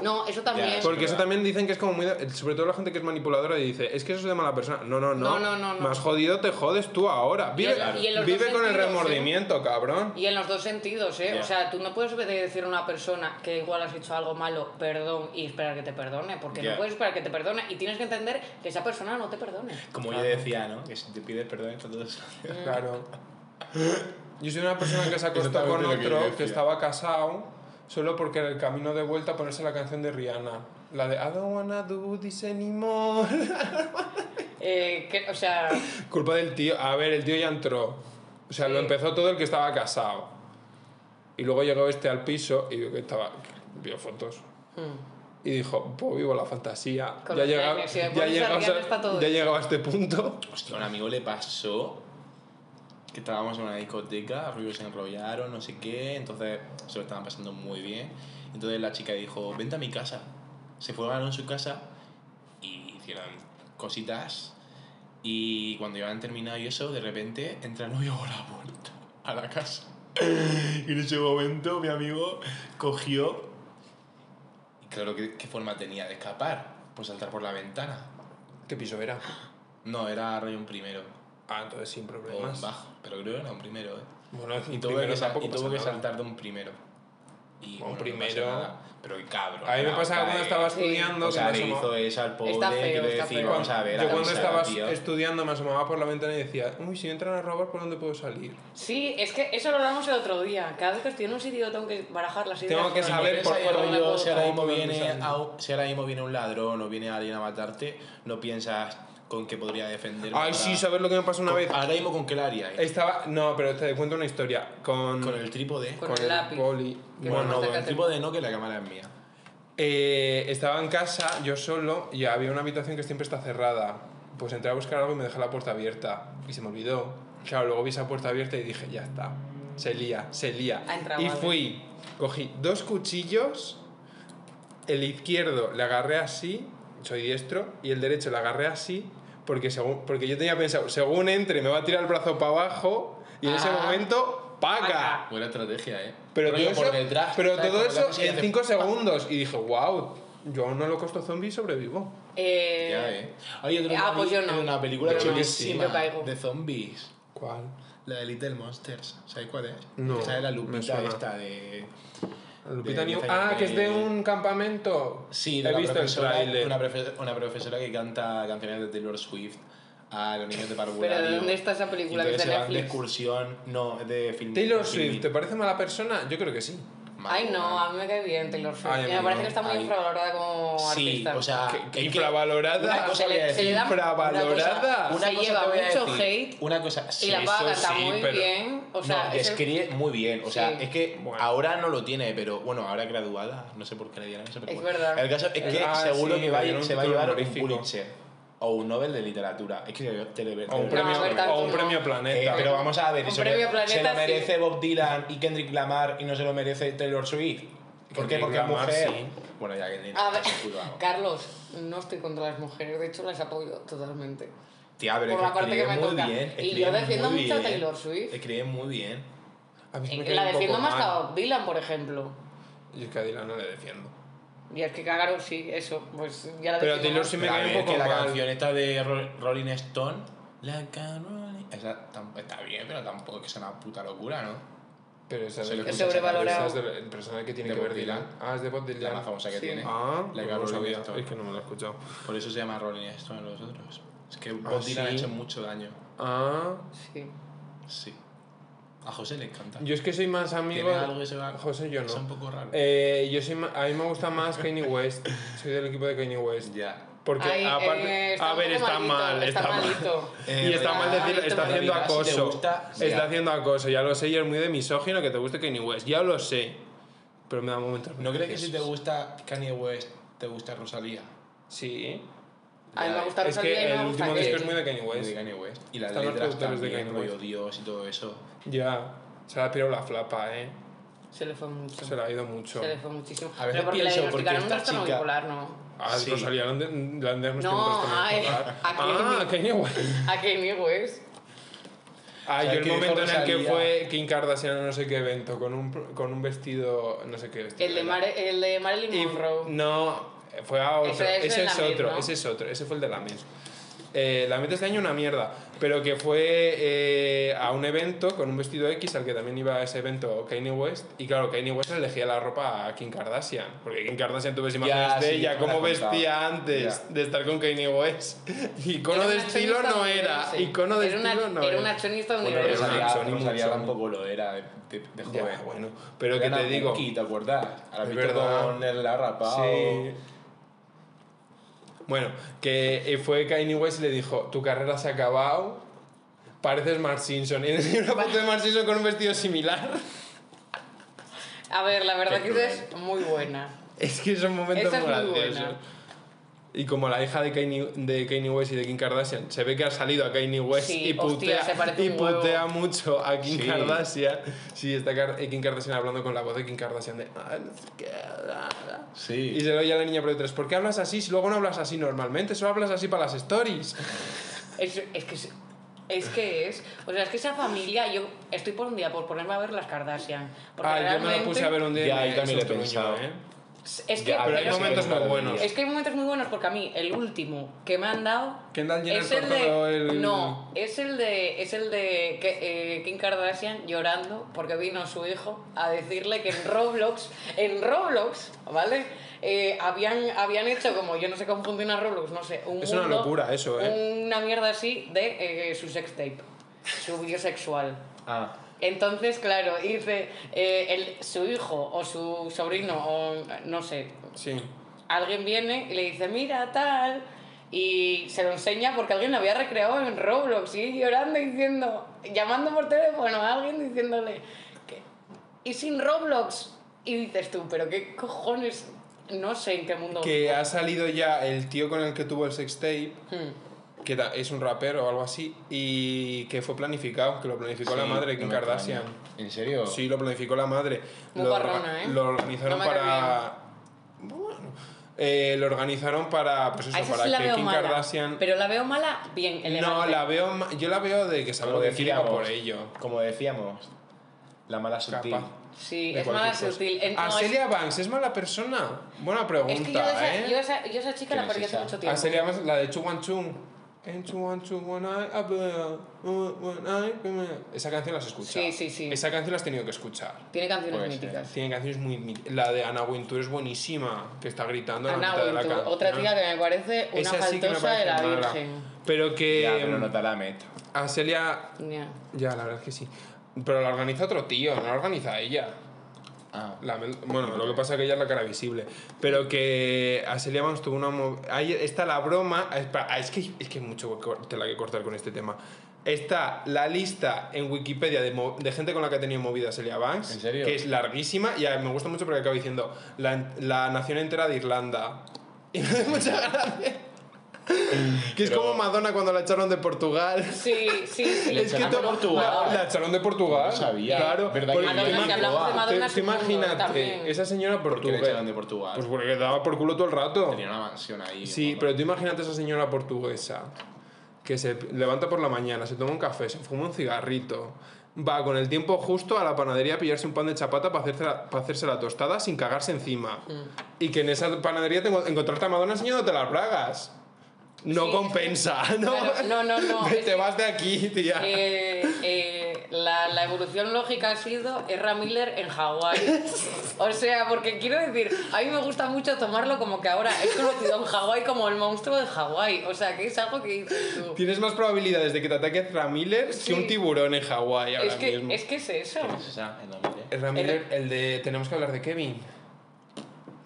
A: No, eso también.
D: es
B: Porque eso
D: verdad.
B: también dicen que es como muy. de- sobre todo la gente que es manipuladora y dice, es que eso es de mala persona. No, no,
A: No,
B: no.
A: no, no, no.
B: Más jodido te jodes tú ahora.
A: Y
B: Vive,
A: en- y en los
B: vive
A: dos
B: con el
A: sentidos, ¿eh?
B: remordimiento, cabrón.
A: Y en los dos sentidos, ¿eh?
D: Ya.
A: O sea, tú no puedes decir a una persona que igual has hecho algo malo, perdón, y esperar que te perdone, porque
D: Ya.
A: no puedes esperar que te perdone y tienes que entender que esa persona no te perdone.
C: Como yo decía, ¿no? Que si te pides perdón, entonces.
B: Claro. <laughs> Yo soy una persona que se acostó
D: Exactamente
B: con
D: lo que yo
B: otro que,
D: decía.
B: estaba casado solo porque en el camino de vuelta ponerse la canción de Rihanna. La de I don't wanna do this anymore. <laughs>
A: Eh, que- o sea,
B: Culpa del tío. A ver, el tío ya entró. O sea, lo
A: Sí.
B: empezó todo el que estaba casado. Y luego llegó este al piso y vio que estaba. Vio fotos. Y dijo, pues vivo la fantasía.
A: Hmm. Con
B: ya
A: los
B: llega-
A: memes, si me
B: ya
A: pones a
B: llegaba
A: Rihanna está todo
B: ya
A: hecho.
B: llegaba a este punto. <laughs>
C: Hostia, a un amigo le pasó que estábamos en una discoteca, ruidos se enrollaron, no sé qué, entonces se lo estaban pasando muy bien. Entonces la chica dijo, vente a mi casa. Se fueron a su casa y hicieron cositas. Y cuando ya han terminado y eso, de repente entra el novio por la puerta a la casa. Y en ese momento mi amigo cogió... Y claro, ¿qué, qué forma tenía de escapar? Pues saltar por la ventana.
B: ¿Qué piso era?
C: No, era rollo un primero.
B: Ah, entonces sin
C: O un
B: problemas.
C: bajo, pero creo que era un primero, ¿eh?
B: Bueno,
C: Y
B: un
C: tuvo
B: primero
C: que, sal-
B: tampoco
C: y
B: pasa
C: tuvo que
B: nada.
C: saltar de un primero. Y
B: Un
C: bueno, no
B: primero.
C: pasa nada. pero el cabrón.
B: A mí me
C: era
B: pasaba cuando
C: cae-
B: estaba
A: Ah, Sí.
B: estudiando.
C: O sea,
B: que
C: le
B: me asomaba-
C: hizo eso al pobre,
A: Está feo,
C: quiero
A: está
C: decir,
A: feo.
C: vamos a ver.
B: yo
C: a
B: cuando
C: pensar,
B: estaba
C: tío.
B: estudiando me asomaba por la ventana y decía, uy, si entran a robar, ¿por dónde puedo salir?
A: sí, es que eso lo hablamos el otro día. Cada vez que estoy en un sitio tengo que barajar las ideas.
B: Tengo que
A: Y
B: saber
A: piensa
B: por
A: y
B: qué
A: luego me
B: rollo
A: puedo
C: si ahora,
B: como
C: mismo
B: por
C: viene
B: pensando.
C: a un- si ahora mismo viene un ladrón o viene alguien a matarte, no piensas con qué podría defenderme.
B: Ay,
C: para-
B: sí, ¿sabes lo que me pasó una
C: con-
B: vez?
C: Ahora mismo con qué la haría. eh?
B: Estaba, no, pero te cuento una historia. Con,
C: Con el trípode.
A: Con el lápiz.
B: poli.
A: Que no
C: Bueno, no,
A: más
C: con el
A: cerca
C: trípode no, que la cámara es mía.
B: Eh, estaba en casa, yo solo, y había una habitación que siempre está cerrada. Pues entré a buscar algo y me dejé la puerta abierta. Y se me olvidó. Claro, luego vi esa puerta abierta y dije, ya está. Se lía, se lía.
A: Ha entrado
B: y
A: algo.
B: fui, cogí dos cuchillos, el izquierdo le agarré así, soy diestro, y el derecho le agarré así, porque, según, porque yo tenía pensado, según entre me va a tirar el brazo para abajo, y en ese
A: Ah.
B: momento, ¡paca!
A: Paca.
C: Buena estrategia, ¿eh?
B: Pero
C: Rollo
B: todo eso,
C: por detrás,
B: pero
C: ¿sabes?
B: todo
C: Como la
B: eso
C: música
B: en
C: de- <laughs>
B: 5 segundos. Y dije, wow, yo a un holocausto zombie sobrevivo.
A: Eh,
C: Ya, eh. Hay otro
A: ah, pues yo no.
C: una película
A: Yo no,
C: chulísima
A: yo caigo.
C: de zombies.
B: ¿Cuál?
C: La de Little Monsters. ¿Sabéis cuál es?
B: No,
C: Esa es la
B: me
C: lupita
B: suena.
C: esta de...
B: Lupita
C: De
B: Nyong'o.
C: Ethan
B: Ah,
C: Hawke.
B: que es de un campamento.
C: Sí, de
B: he
C: la
B: visto el
C: profesora,
B: tráiler.
C: Una, profe- una profesora que canta canciones de Taylor Swift a los niños de parvulario.
A: Pero ¿de dónde está esa película?
C: Entonces
A: ¿Es de
C: se van de
A: Netflix?
C: excursión... No, es de film.
B: Taylor
C: de film-
B: Swift, ¿te parece mala persona? Yo creo que sí.
A: Ay, no, a mí me cae bien Taylor Swift.
B: Ay, a
A: Y me
B: mí
A: parece
B: no.
A: que está muy
C: Ay.
A: infravalorada como
C: Sí,
A: artista.
C: o sea...
B: Que- que
C: es
B: infravalorada.
C: Ah, Una cosa voy a
A: Se le- se le
C: decir.
A: da-
B: Infravalorada.
A: una cosa- se lleva
C: te voy a
A: mucho
C: decir,
A: hate.
C: Una cosa...
A: y
C: Sí,
A: la paga
B: eso
A: canta
B: sí,
A: muy
B: pero-
A: bien. O sea,
C: no,
A: es el-
C: escribe muy bien. O sea,
A: Sí.
C: es que
B: Bueno.
C: ahora no lo tiene, pero bueno, ahora graduada, no sé por qué le dieron eso, pero
A: Es
C: bueno.
A: verdad.
C: El caso es que
B: Ah,
C: seguro
B: sí,
C: que
B: le
C: va a-
B: dieron
C: se va a
B: título
C: llevar un
B: honorífico.
C: Pulitzer o un Nobel de literatura. Es que te le
B: O un
A: No,
B: premio,
A: a ver,
B: o
A: tanto
B: un
A: no.
B: premio Planeta.
C: Eh, pero vamos a ver,
A: Un
C: eso
A: premio
C: le-
A: Planeta,
C: se lo
A: sí.
C: merece Bob Dylan y Kendrick Lamar y no se lo merece Taylor Swift. ¿Por qué?
B: Kendrick
C: Porque es
B: Lamar,
C: mujer.
B: sí.
C: Bueno, ya Kendrick
A: A ver,
C: Lamar, cuidado.
A: Carlos, no estoy contra las mujeres, de hecho las apoyo totalmente.
C: Tía, pero
A: por
C: es
A: la parte que
C: escribe
A: me
C: muy
A: toca.
C: bien,
A: Y
C: escribe
A: yo defiendo
C: muy
A: mucho a
C: bien,
A: Taylor Swift.
C: Escribe muy bien.
B: A mí se me cae
A: Eh, la
B: un poco
A: defiendo más que
B: mal.
A: a Bob Dylan, por ejemplo.
B: Yo es que a Dylan no le defiendo.
A: Y es que cagaron, sí, eso, pues ya la
B: Pero
A: defiendo
B: Taylor
A: más.
B: sí me
C: Pero a
B: cae
C: ver,
B: un poco
C: que la
B: mal.
C: canción esta de Ro- Rolling Stone, la Rolling, esa tam- está bien, pero tampoco es que sea una puta locura, ¿no?
B: Pero esa
C: Se lo
A: Es
C: escuchas a
A: sobrevalorado.
B: esa es de- el personaje que tiene
C: De
B: que ver
C: Bob
B: Dylan.
C: Dylan.
B: Ah, es de Bob
C: la
B: Dylan.
C: más famosa que
A: Sí.
C: tiene.
B: Ah,
C: la
B: pues
C: que
B: no lo
C: Rolling
B: sabía.
C: Stone.
B: Es que no me lo he escuchado.
C: Por eso se llama Rolling Stone los otros. Es que Bob
B: Ah, ¿sí?
C: Dylan ha hecho mucho daño.
B: Ah,
A: Sí.
C: Sí. A José le encanta.
B: yo es que soy más amigo.
C: ¿Tiene algo que se va?
B: José, yo no.
C: Es un poco raro.
B: Eh, yo soy ma- a mí me gusta más Kanye West. Soy del equipo de Kanye West.
C: Ya.
B: Porque
A: Ay,
B: aparte,
A: eh, está
B: a
A: un
B: ver,
A: poco
B: está
A: malito,
B: mal,
A: está
B: está mal.
A: malito.
C: Eh,
B: y está mal
A: Rodrigo,
B: decir, está
C: Rodrigo, si
B: haciendo
C: te
B: acoso.
C: gusta,
B: está
C: ya.
B: haciendo acoso, ya lo sé, y es muy de misógino que te guste Kanye West, ya lo sé. Pero me da momentos.
C: ¿No crees que si te
B: gusta?
C: gusta Kanye West, te gusta Rosalía?
B: Sí.
A: A mí me gusta
B: Es
A: Rosalía y
B: que
A: no
B: el
A: me gusta
B: último
A: Kate.
B: disco es muy de Kanye
C: Muy de
B: West.
C: Kanye West. Y las
B: Están los
C: letras
B: productores de
C: también,
B: Kanye
C: rollo
B: West.
C: Dios y todo eso.
B: Ya. Se la ha pirado la flapa, eh.
A: Se le fue mucho.
B: Se la ha ido mucho.
A: Se le fue muchísimo.
C: A veces
A: Pero porque
C: pienso,
A: le
C: porque
A: diagnosticaron un
C: esta
A: trastorno
C: chica-
A: bipolar, ¿no?
B: Ah,
C: Sí.
B: Rosalía, la han de- la han diagnosticado
A: No,
B: un trastorno
A: ay,
B: bipolar.
A: a Kanye.
B: Ah, Kanye West.
A: A Kanye West.
B: Ah,
C: O sea,
B: yo el
C: que dijo
B: momento en el que
C: Rosalía-
B: fue Kim Kardashian a no sé qué evento con un, con un vestido, no sé qué vestido.
A: El de,
B: era.
A: Mare- el de Marilyn
B: Y-
A: Monroe.
B: no, fue a otro.
A: Ese- ese
B: Ese,
A: es
B: es
A: Lamed,
B: otro,
A: ¿no?
B: ese es otro. Ese fue el de la MED. Eh, la MED este año una mierda, pero que fue eh, a un evento con un vestido X al que también iba a ese evento Kanye West. Y claro, Kanye West elegía la ropa a Kim Kardashian, porque Kim Kardashian tú ves imágenes de
D: sí, me
B: ella,
D: la
B: cómo
D: contaba.
B: vestía antes de estar con Kanye West. <laughs> Icono
A: Era
B: de
A: una
B: estilo
A: accionista
B: no era,
A: estadounidense.
B: icono de
A: era una,
B: estilo no
A: era.
B: era.
A: una accionista
D: Bueno,
B: Pero
A: estadounidense.
D: Rosalía,
B: Sony,
D: Rosalía
B: Sony.
D: tampoco lo era de, de- de
B: Ya,
D: joven.
B: bueno, pero que
D: Era
B: te digo...
D: Punky, ¿te acuerdas? A la
B: Es
D: Víctor
B: verdad.
D: con el arrapado.
A: ah, oh.
B: Sí. Bueno, que eh, fue Kanye West y le dijo, tu carrera se ha acabado, pareces Mark Simpson. <laughs> Y enseñó una foto de Mark Simpson con un vestido similar. <laughs>
A: A ver, la verdad
D: Qué
A: que esa es muy buena.
B: Es que es un momento
A: Esa es
B: muy
A: muy
B: gracioso.
A: buena.
B: Y como la hija de Kanye, de Kanye West y de Kim Kardashian, se ve que ha salido a Kanye West
A: Sí,
B: y
A: hostia,
B: putea,
A: se parece
B: y
A: un huevo.
B: putea mucho a Kim
D: Sí.
B: Kardashian. Sí, está Kar- eh, Kim Kardashian hablando con la voz de Kim Kardashian de... "Ah, no sé qué, ah, ah".
D: Sí.
B: Y se lo oye a la niña por detrás, ¿por qué hablas así si luego no hablas así normalmente? Solo hablas así para las stories.
A: Es, es que es, es que es. O sea, es que esa familia, yo estoy por un día por ponerme a ver las Kardashian. Porque
B: Ay, yo me
A: realmente-
B: lo puse a ver un día
D: Ya,
B: y me
D: yo también lo he
B: hizo un
D: pensado.
B: truño, ¿eh?
A: Es que,
D: Ya,
B: Pero hay
A: pero-
B: momentos muy buenos.
A: es que hay momentos muy buenos porque a mí el último que me han dado
B: Kendall Jenner
A: es el
B: cortando
A: de
B: el-
A: no es el de es el de que- eh, Kim Kardashian llorando porque vino su hijo a decirle que en Roblox en Roblox vale Eh, habían habían hecho como yo no sé cómo funciona Roblox no sé un
B: Es una
A: mundo,
B: locura eso, ¿eh?
A: una mierda así de eh, su sextape su vídeo sexual
D: Ah.
A: entonces, claro, dice eh, el, su hijo o su sobrino o no sé,
B: Sí.
A: alguien viene y le dice, mira, tal, y se lo enseña porque alguien lo había recreado en Roblox y llorando diciendo, llamando por teléfono a alguien diciéndole, que, y sin Roblox. Y dices tú, pero qué cojones, no sé en qué mundo...
B: Que ha salido ya el tío con el que tuvo el sextape,
A: Hmm.
B: que ta- es un rapero o algo así, y que fue planificado, que lo planificó la
D: Sí,
B: madre de
D: no
B: Kim
D: me
B: Kardashian.
D: extraña. ¿En serio?
B: Sí, lo planificó la madre.
A: Muy
B: lo,
A: parrona, ¿eh?
B: lo organizaron
A: No me cae
B: para... Bueno, eh, lo organizaron para, pues eso,
A: A esa
B: para
A: sí la
B: que
A: veo
B: Kim
A: mala,
B: Kardashian...
A: pero la veo mala bien,
B: No,
A: elegante.
B: la veo, ma- yo la veo de que sabe lo
C: Como
B: que quiere y va
C: decíamos.
B: por ello.
C: Como decíamos, la mala sutil.
B: Capaz.
A: Sí,
B: de
A: es mala
B: cualquier cosa.
A: sutil. Eh,
B: ¿A
A: no, es-
B: Celia Banks es mala persona? Buena pregunta,
A: Es que yo esa,
B: ¿eh?
A: yo esa, yo esa chica la
D: ¿Quién es
A: perdí hace
D: esa?
A: mucho
B: A
A: tiempo.
B: Celia Banks, la de Chuan Chung. En Chuan Chung, when I appear, when I appear. Esa canción la has escuchado.
A: Sí, sí, sí.
B: Esa canción la has tenido que escuchar.
A: Tiene canciones
D: Puede ser.
A: míticas.
B: Tiene canciones muy... mit- La de Ana Wintour es buenísima, que está gritando en la
A: Ana
B: mitad de la
A: Wintour,
B: canción.
A: otra tía que me parece una
B: Esa sí que me
A: faltosa de la
B: parece mala.
A: Virgen.
B: Pero que...
D: Ya, pero no te la meto.
B: A Celia...
A: Ya.
B: Ya, la verdad es que sí. Pero la organiza otro tío, no la organiza ella.
D: Ah.
B: La Mel- bueno, lo que pasa es que ella es la cara visible. Pero que a Celia Banks tuvo una... mo- Ahí está la broma... ah, espera, ah, Es que, es que hay mucho que cor- tela que cortar con este tema. Está la lista en Wikipedia de, mo- de gente con la que ha tenido movida Celia Banks.
D: ¿En serio?
B: Que es larguísima y ah, me gusta mucho porque acaba diciendo la, en- la nación entera de Irlanda. <laughs> Y me hace mucha gracia. que es
D: Pero-
B: como Madonna cuando la echaron de Portugal.
A: Sí, sí, sí.
D: Le
B: Es que
D: echaron
B: te-
D: a Portugal.
B: La, la echaron de Portugal.
D: No lo sabía.
B: Claro.
D: ¿Verdad
B: porque
D: que
B: te
D: no?
B: ima-
D: Si hablamos de
A: Madonna,
B: Ah, te- te
A: es un mundo
B: imagínate,
A: también.
B: esa señora
D: ¿Por qué la
B: portuguesa.
D: echaron de Portugal?
B: Pues porque daba por culo todo el rato.
D: Tenía una mansión ahí.
B: Sí,
D: guapa.
B: pero tú imagínate a esa señora portuguesa que se levanta por la mañana, se toma un café, se fuma un cigarrito, va con el tiempo justo a la panadería a pillarse un pan de chapata para hacerse la, para hacerse la tostada sin cagarse encima.
A: Mm.
B: Y que en esa panadería te enco- encontrarte a Madonna enseñándote las bragas. No
A: Sí,
B: compensa, <laughs> ¿no?
A: claro, no, no,
B: <laughs>
A: no,
B: Te
A: es que-
B: vas de aquí, tía.
A: Eh, eh, la, la evolución lógica ha sido Erra Miller en Hawái. O sea, porque quiero decir, a mí me gusta mucho tomarlo como que ahora es conocido en Hawái como el monstruo de Hawái. O sea, que es algo que dices tú.
B: Tienes más probabilidades de que te ataque Ramiller
A: Sí.
B: que un tiburón en Hawái ahora
A: Es que,
B: mismo.
A: es que es eso.
D: Es esa, en la miré.
B: Ramiller, el de. Tenemos que hablar de Kevin.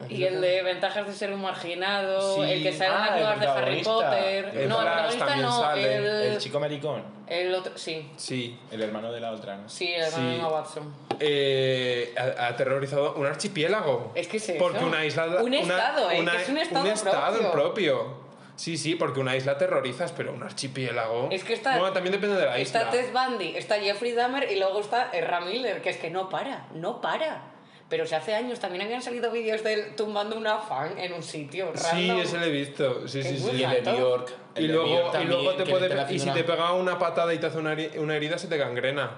A: Y el de ventajas de ser un marginado,
B: Sí.
A: el que sale en
C: Ah,
A: las
C: el
A: nuevas de Harry
C: protagonista.
A: Potter.
B: El
A: no, el
B: Flash
A: protagonista
B: también
A: no,
B: sale,
A: el,
C: El chico americón,
A: el otro, sí.
B: Sí.
C: el hermano de la otra, ¿no?
A: Sí, el
B: Sí.
A: hermano de Emma Watson.
B: Eh, ha, ha aterrorizado un archipiélago.
A: Es que es eso.
B: Porque una isla.
A: Un
B: una-
A: estado, ¿eh? Que es un estado propio.
B: propio. Sí, sí, porque una isla aterrorizas, pero un archipiélago.
A: Es que está-
B: Bueno, también depende de la
A: Está
B: isla.
A: Ted Bundy, está Jeffrey Dahmer y luego está Ramiller, que es que no para, no para. Pero si hace años también habían salido vídeos de él tumbando una fan en un sitio.
B: Sí,
A: random.
B: ese lo he visto. Sí,
A: Qué
B: sí,
D: Y
B: sí.
A: buena.
D: el de Bjork. el
B: Y
D: de
B: luego,
D: Bjork
B: y
D: también,
B: luego te
D: que
B: puede.
D: hace
B: Y si
D: una-
B: te pega una patada y te hace una, heri- una herida, se te gangrena.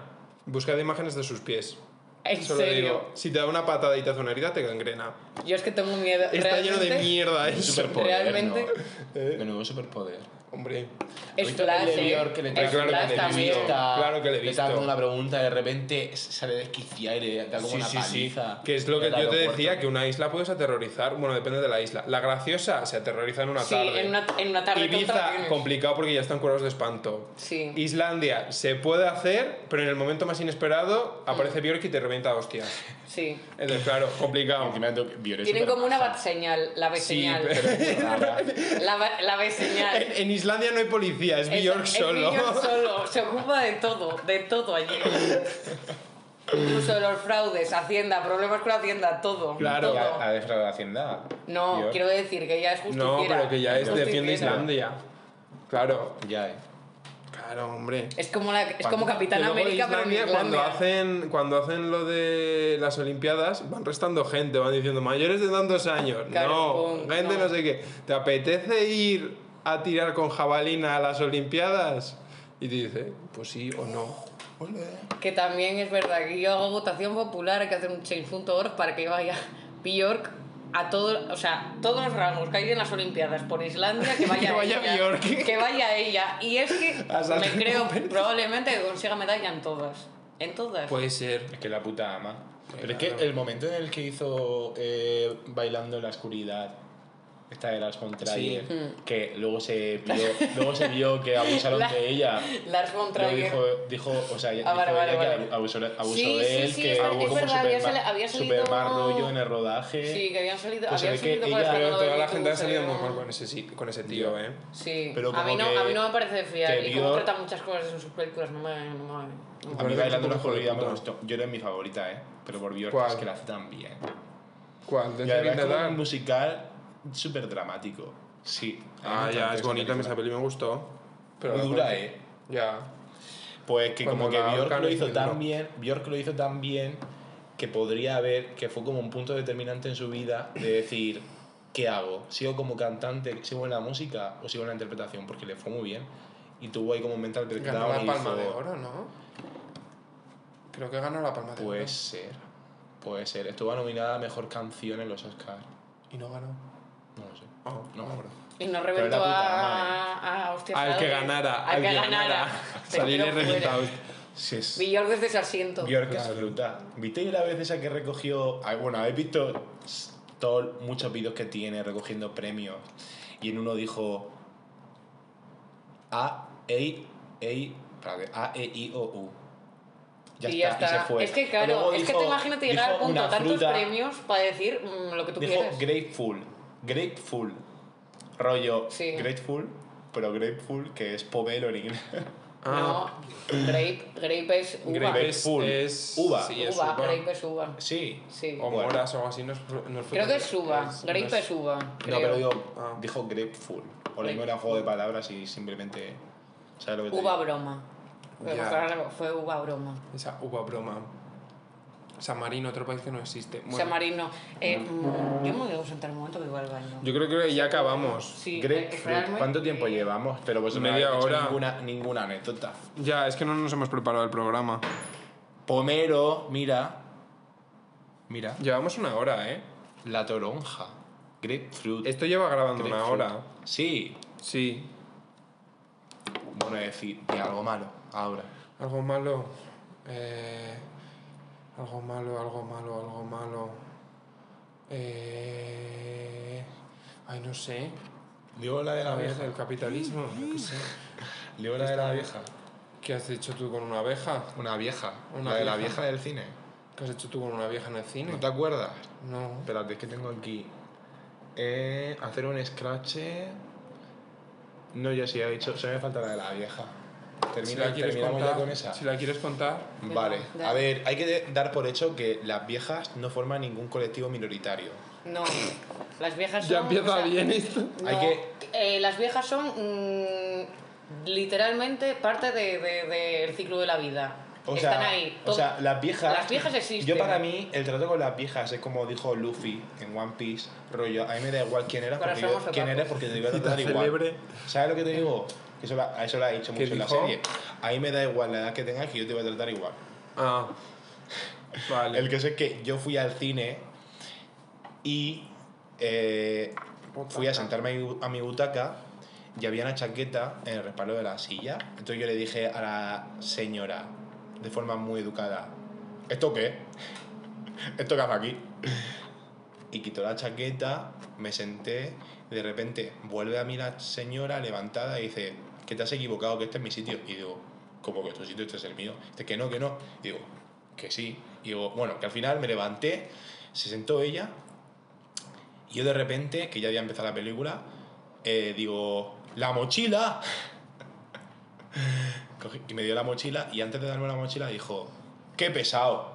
B: Busca imágenes de sus pies.
A: En
B: Solo
A: serio.
B: digo, si te da una patada y te hace una herida, te gangrena.
A: Yo es que tengo miedo.
B: Está lleno de
A: Realmente,
B: mierda
D: Es un
B: eso.
D: superpoder,
A: Realmente-
B: <laughs>
D: ¿no? Menudo superpoder.
B: Hombre.
A: Es flash.
D: El de
A: ¿eh?
D: Bjork que le
A: Es
D: trae-
B: claro que
A: flash
B: le he
A: también.
B: visto. Claro que le he
D: Le está
B: visto.
D: haciendo una pregunta y de repente sale desquiciada y le da como
B: Sí,
D: una
B: sí, sí.
D: paliza.
B: Que es lo que
D: en el
B: yo te
D: aeropuerto.
B: decía, que una isla puedes aterrorizar. Bueno, depende de la isla. La graciosa se aterroriza en una
A: Sí,
B: tarde.
A: en una, en una tarde contra
B: Ibiza,
A: aviones.
B: complicado porque ya están curados de espanto.
A: Sí.
B: Islandia, se puede hacer, pero en el momento más inesperado
A: Mm.
B: aparece Bjork y te revienta a hostias.
A: Sí.
B: Entonces, claro, complicado.
D: Encima de que Bjork es
A: Tienen
D: súper
A: como una
D: maja.
A: bat señal, la B
B: Sí,
A: señal.
B: <laughs> pero-
D: Rara.
A: <laughs> La, ba- la B
B: <laughs>
A: señal.
B: En, en Islandia no hay policía, es
A: Es-
B: Bjork
A: es
B: solo.
A: Bjork
B: <laughs>
A: solo. Se ocupa de todo, de todo allí. Incluso de los fraudes, Hacienda, problemas con Hacienda, todo.
B: Claro.
A: todo.
C: ¿Ha ha defraudado a Hacienda?
A: No,
C: Bjork.
A: quiero decir que ya es justiciera.
B: no, pero que ya es defiende
A: Justiciera.
B: Islandia. Claro,
D: Ya, eh.
B: claro, hombre.
A: Es como, la, es como
B: Cuando-
A: Capitán
B: que luego
A: América, pero en
B: Islandia,
A: Islandia.
B: cuando hacen cuando hacen lo de las Olimpiadas van restando gente, van diciendo mayores de tantos años,
A: Claro,
B: no,
A: pon-
B: gente
A: no.
B: no. sé qué. ¿Te apetece ir a tirar con jabalina a las Olimpiadas? Y te dice, pues sí o no.
A: Que también es verdad que yo hago votación popular, hay que hacer un change.org para que vaya Bjork a todos, o sea, todos los rangos que hay en las Olimpiadas por Islandia, que vaya,
B: <laughs> Que vaya
A: ella,
B: Bjork.
A: Que vaya ella. Y es que
B: <laughs> A
A: me
B: saltar
A: creo
B: con-
A: probablemente que consiga medalla en todas. En todas.
C: Pues,
B: Puede ser.
C: Es que la puta ama.
B: Pero
C: Pero
B: es
C: es
B: que
C: que el momento en el que hizo eh, Bailando en la oscuridad, esta de las contrarias,
B: Mm.
C: que luego se vio,
B: <laughs>
C: luego se vio que abusaron
A: La-
C: de ella.
A: Lars von
C: Lo
A: Trier.
C: dijo, dijo, o sea, dijo
A: Ah, vale, vale,
C: ella que
A: vale.
C: abu- abusó, abusó
A: Sí, sí,
C: de él,
A: sí,
C: que
A: es
C: algo
A: verdad, es
C: como
A: verdad, había
C: super,
A: sal- había salido-
C: mal rollo en el rodaje.
A: Sí, que habían salido,
C: eh, Pues se
A: habían
C: ve que
A: salido por
C: ella-
A: el
B: Pero
A: escándalo
B: toda
A: de eh.
B: la
A: YouTube,
B: gente ha salido
A: se ve,
B: muy
A: ¿no?
B: mal con ese, si- con ese tío, ¿eh?
A: Sí,
C: Pero
A: a, mí
C: como
A: no,
C: que-
A: a mí no me parece fiar.
C: que
A: Y como
C: Bjork-
A: trata muchas cosas en sus películas, no me. No me- no me-
C: A mí
B: Parece
C: Bailando en la
B: un poco de
C: oscuridad me
B: puta.
C: gustó. Yo era mi favorita, ¿eh? Pero por Bjork
B: ¿Cuál?
C: es que la hace tan bien.
B: ¿Cuál?
C: Y además
B: ¿De
C: es
B: Celine
C: como un
B: Dion?
C: musical súper dramático. Sí. a mí me
B: Ah,
C: encanta
B: ya, es
C: esa
B: bonita, a mí
C: película.
B: esa peli me gustó. Pero
C: Muy
B: la-
C: dura, ¿eh?
B: Ya.
C: Pues que
B: Cuando
C: como que
B: la
C: Bjork
B: ahorcan
C: lo
B: en
C: hizo
B: el libro.
C: tan bien, Bjork lo hizo tan bien que podría haber, que fue como un punto determinante en su vida de decir, ¿qué hago? ¿Sigo como cantante, sigo en la música o sigo en la interpretación? Porque le fue muy bien. Y tuvo ahí como un mental
B: Ganó
C: breakdown
B: la
C: y
B: palma
C: dijo,
B: de oro, ¿no? Creo que ganó la palma de
C: Puede ser, puede ser. Estuvo nominada a Mejor Canción en los Oscars.
B: oro. Y no ganó.
C: No lo sé.
B: Ah,
C: Oh, No me acuerdo.
A: Y nos
C: Pero
A: reventó
C: la puta
A: a, a hostias
B: Al que
A: Adolfo.
B: ganara,
A: Al que ganara. <laughs>
B: Salir
A: Pero
B: reventado.
A: fuera.
C: Sí, es...
A: Villor desde ese asiento.
C: Bjork es
B: Claro.
C: fruta. ¿Viste la vez esa que recogió? ah, Bueno, habéis visto s- todos muchos vídeos que tiene recogiendo premios. Y en uno dijo. A, E, E, espérate, A, E, I, O, U. Ya,
A: y ya
C: está,
A: está.
C: y se fue.
A: Es que
C: Y
A: claro,
C: luego
A: es que
C: dijo-
A: te imagínate llegar al
C: dijo
A: punto
C: una
A: a tantos
C: fruta,
A: premios para decir mm, lo que tú
C: Dijo
A: quieras.
C: grateful. Grateful. Rollo
A: Sí.
C: grateful, pero grateful que es pomelo en inglés.
B: Ah,
A: No, grape, grape es uva.
B: grape es,
C: Full.
B: es-
C: Uva.
B: Sí, es
A: uva,
B: uva.
A: grape es uva.
C: <laughs> sí.
A: Sí.
B: O
C: Bueno.
B: moras o algo así. No es, no es
A: Creo
B: fruta,
A: que es uva.
B: no
A: Grape es uva.
C: No, pero
A: creo.
C: digo,
B: Ah.
C: dijo grapefruit. O lo
A: Grape.
C: mismo era un juego de palabras y simplemente. ¿Sabes lo que te
A: Uva
C: digo?
A: broma. Pero
B: Ya.
A: claro, Fue uva broma.
B: Esa uva broma. San Marino, otro país que no existe. Bueno,
A: San Marino. Eh, mm, yo me voy a sentar un momento que igual al baño.
B: Yo creo que ya acabamos.
A: Sí, hay que
C: Grapefruit.
A: esperarme.
C: ¿Cuánto tiempo llevamos? Pero pues
B: Media
C: no habéis dicho
B: hora.
C: Ninguna, ninguna anécdota.
B: Ya, es que no nos hemos preparado el programa.
C: Pomero, mira. Mira.
B: Llevamos una hora, ¿eh?
C: La toronja. Grapefruit.
B: Esto lleva grabando una
C: Grapefruit.
B: hora.
C: Sí.
B: Sí.
C: Bueno, es decir, de algo malo. Ahora.
B: Algo malo. Eh, algo malo, algo malo, algo malo. Eh, ay, no sé.
C: Digo la de
B: La abeja, el capitalismo. yo qué sé.
C: Digo la de la vieja.
B: ¿Qué has hecho tú con una abeja?
C: Una vieja.
B: Una
C: la de la
B: vieja.
C: vieja del cine.
B: ¿Qué has hecho tú con una abeja en el cine?
C: ¿No te acuerdas?
B: No.
C: Espérate, es que tengo aquí. Eh, hacer un scratch. No, ya sí, he dicho. Se me falta la de la vieja.
B: Si
C: Termina,
B: la quieres
C: terminamos ya
B: contar.
C: con esa.
B: Si la quieres contar.
C: Vale,
A: Venga,
C: a
A: dale.
C: ver, hay que de- dar por hecho que las viejas no forman ningún colectivo minoritario.
A: No. Las viejas son.
B: Ya empieza
A: o sea,
B: bien esto.
A: No,
C: Hay que-
A: eh, las viejas son mm, literalmente parte del de, de- del ciclo de la vida.
C: O sea,
A: Están ahí.
C: O
A: Todo-
C: sea, las viejas.
A: Las viejas existen.
C: Yo para mí, el trato con las viejas es como dijo Luffy en One Piece, rollo, a mí me da igual quién eras,
A: Ahora
C: porque, yo-
A: somos
C: quién
A: otakus.
C: eres porque te voy a
D: Cita
C: tratar igual.
D: célebre.
C: ¿Sabes lo que te digo? Que Eso la- a eso lo ha dicho
D: ¿Qué
C: mucho en la
D: dijo?
C: serie. A mí me da igual la edad que tengas, que yo te voy a tratar igual.
B: Ah. Vale.
C: El caso es que yo fui al cine y eh, fui a sentarme a mi, bu- a mi butaca y había una chaqueta en el respaldo de la silla. Entonces yo le dije a la señora, de forma muy educada, ¿esto qué? <laughs> ¿Esto qué hace aquí? Y quitó la chaqueta, me senté y de repente vuelve a mí la señora levantada y dice, que te has equivocado, que este es mi sitio. Y digo, ¿cómo que tu sitio, este es el mío? Dice, que no, que no. Y digo, que sí. Y digo, bueno, que al final me levanté, se sentó ella y yo de repente, que ya había empezado la película, eh, digo, ¡la mochila! <laughs> Cogí- y me dio la mochila y antes de darme la mochila dijo, ¡qué pesado!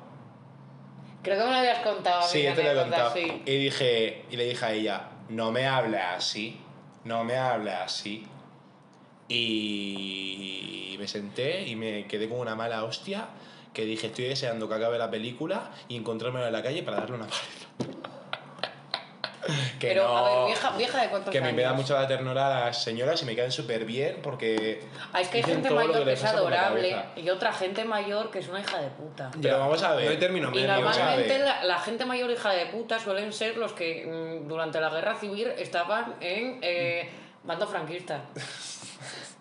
A: Creo que me lo habías contado. a mí,
C: Sí,
A: la
C: te lo he
A: anécdota,
C: contado.
A: sí.
C: Y, dije, y le dije a ella, no me hables así, no me hables así. Y me senté y me quedé con una mala hostia que dije, estoy deseando que acabe la película y encontrármelo en la calle para darle una paliza. <laughs> Que
A: Pero,
C: no,
A: a ver, vieja, vieja de cuántos
C: que
A: años.
C: me da mucho la ternura a las señoras y me caen súper bien porque...
A: Ah, es que hay
C: dicen
A: gente
C: todo lo
A: mayor que
C: les
A: es
C: pasa por la
A: adorable
C: cabeza.
A: y otra gente mayor que es una hija de puta.
C: Pero vamos a ver.
B: No hay término
A: Y
B: medio.
C: vamos a
A: normalmente
C: ver.
A: la, la gente mayor hija de puta suelen ser los que mm, durante la guerra civil estaban en eh, bando franquista.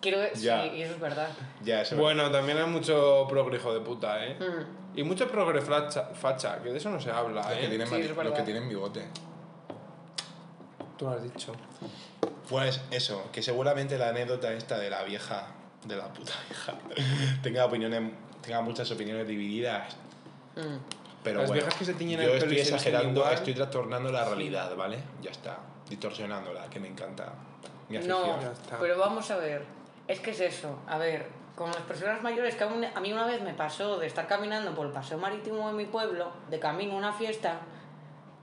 A: Quiero que-
C: Ya.
A: Sí, y eso es verdad.
C: Ya, eso
B: Bueno, también hay mucho progre hijo de puta, ¿eh?
A: Mm.
B: Y mucho progre facha, facha, que de eso no se habla,
D: Los que
B: ¿eh?
D: tienen,
A: Sí,
D: mari-
A: es
D: los que
A: verdad.
D: tienen bigote.
B: Tú lo has dicho.
C: Pues eso, que seguramente la anécdota esta de la vieja, de la puta vieja, <laughs> tenga opiniones, tenga muchas opiniones divididas.
A: Mm.
C: Pero
B: Las
C: bueno,
B: viejas que se tiñen el
C: yo
B: pelo y
C: estoy
B: se visten
C: exagerando,
B: igual.
C: estoy trastornando la realidad, ¿vale? Ya está, distorsionándola, que me encanta. Mi
A: No,
C: afición.
B: Ya está.
A: pero vamos a ver. Es que es eso. A ver, con las personas mayores, que a, un- a mí una vez me pasó de estar caminando por el paseo marítimo de mi pueblo, de camino a una fiesta,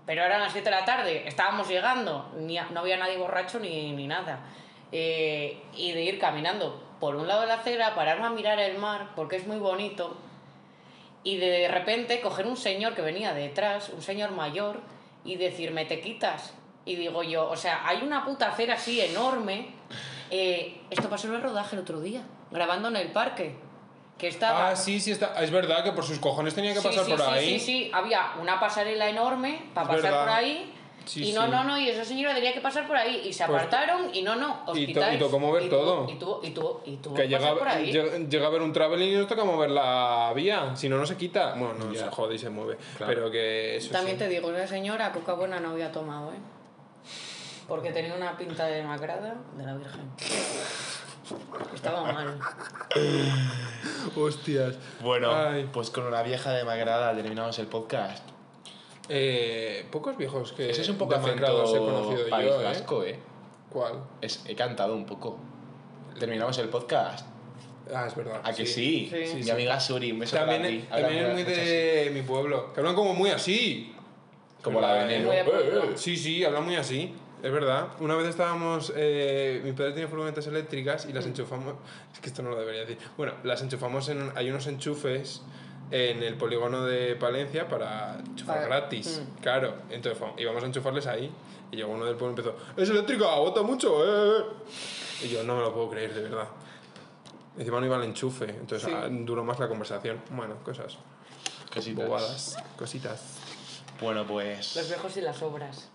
A: pero eran las 7 de la tarde, estábamos llegando, ni a- no había nadie borracho ni, ni nada. Eh, y de ir caminando por un lado de la acera, pararme a mirar el mar, porque es muy bonito, y de repente coger un señor que venía detrás, un señor mayor, y decirme, te quitas. Y digo yo, o sea, hay una puta acera así enorme. Eh, esto pasó en el rodaje el otro día, grabando en el parque. Que estaba.
B: Ah, sí, sí, está. Es verdad que por sus cojones tenía que
A: Sí,
B: pasar
A: sí,
B: por
A: sí, Sí,
B: ahí.
A: sí, había una pasarela enorme para
B: Es
A: pasar
B: verdad.
A: por ahí.
B: Sí,
A: y no,
B: sí.
A: no, no, y esa señora tenía que pasar por ahí. Y se
B: Pues-
A: apartaron y no, no, os
B: y to- y
A: quitáis.
B: tocó mover
A: y tu-
B: todo.
A: Y tuvo, y tuvo, y tuvo
B: Que
A: que pasar por
B: llega,
A: ahí.
B: llega- llega a ver un traveling y nos toca mover la vía. Si no, no se quita. Bueno, no,
D: Ya.
B: se jode y se mueve.
D: Claro.
B: Pero que eso
A: También
B: sí.
A: te digo, esa señora coca buena no había tomado, ¿eh? Porque tenía una pinta de macrada de la Virgen. Estaba mal.
B: Hostias.
C: Bueno,
B: Ay.
C: pues con una vieja demagrada terminamos el podcast.
B: Eh, pocos viejos que...
C: Ese es un poco
B: demacrados
C: acento
B: he conocido
C: país
B: yo, ¿eh?
C: vasco, ¿eh?
B: ¿Cuál?
C: Es- he cantado un poco. Terminamos el podcast.
B: Ah, es verdad.
C: ¿A que sí?
A: Sí. Sí,
C: Mi
B: sí.
C: amiga Suri, un beso
B: También,
C: para ti. Habla
B: también es muy
C: mucho así.
B: de mi pueblo. Que hablan como muy así.
C: Como la
B: ¿Verdad?
C: veneno.
A: Muy de pueblo.
B: Sí, sí, habla muy así. Es verdad. Una vez estábamos. Eh, mi padre tiene furgonetas eléctricas
A: Mm.
B: y las enchufamos. <laughs> Es que esto no lo debería decir. Bueno, las enchufamos en. un- Hay unos enchufes en el polígono de Palencia para enchufar
A: Para- Mm.
B: gratis. Claro. Entonces fu- íbamos a enchufarles ahí. Y llegó uno del pueblo y empezó: ¡Es eléctrica! ¡Agota mucho! eh, eh". Y yo no me lo puedo creer, de verdad. Encima no iba el enchufe, entonces
A: Sí.
B: ah, duró más la conversación. Bueno, cosas.
C: Cositas.
B: Bobadas. Cositas.
C: Bueno,
A: Los
C: pues.
A: viejos y las obras.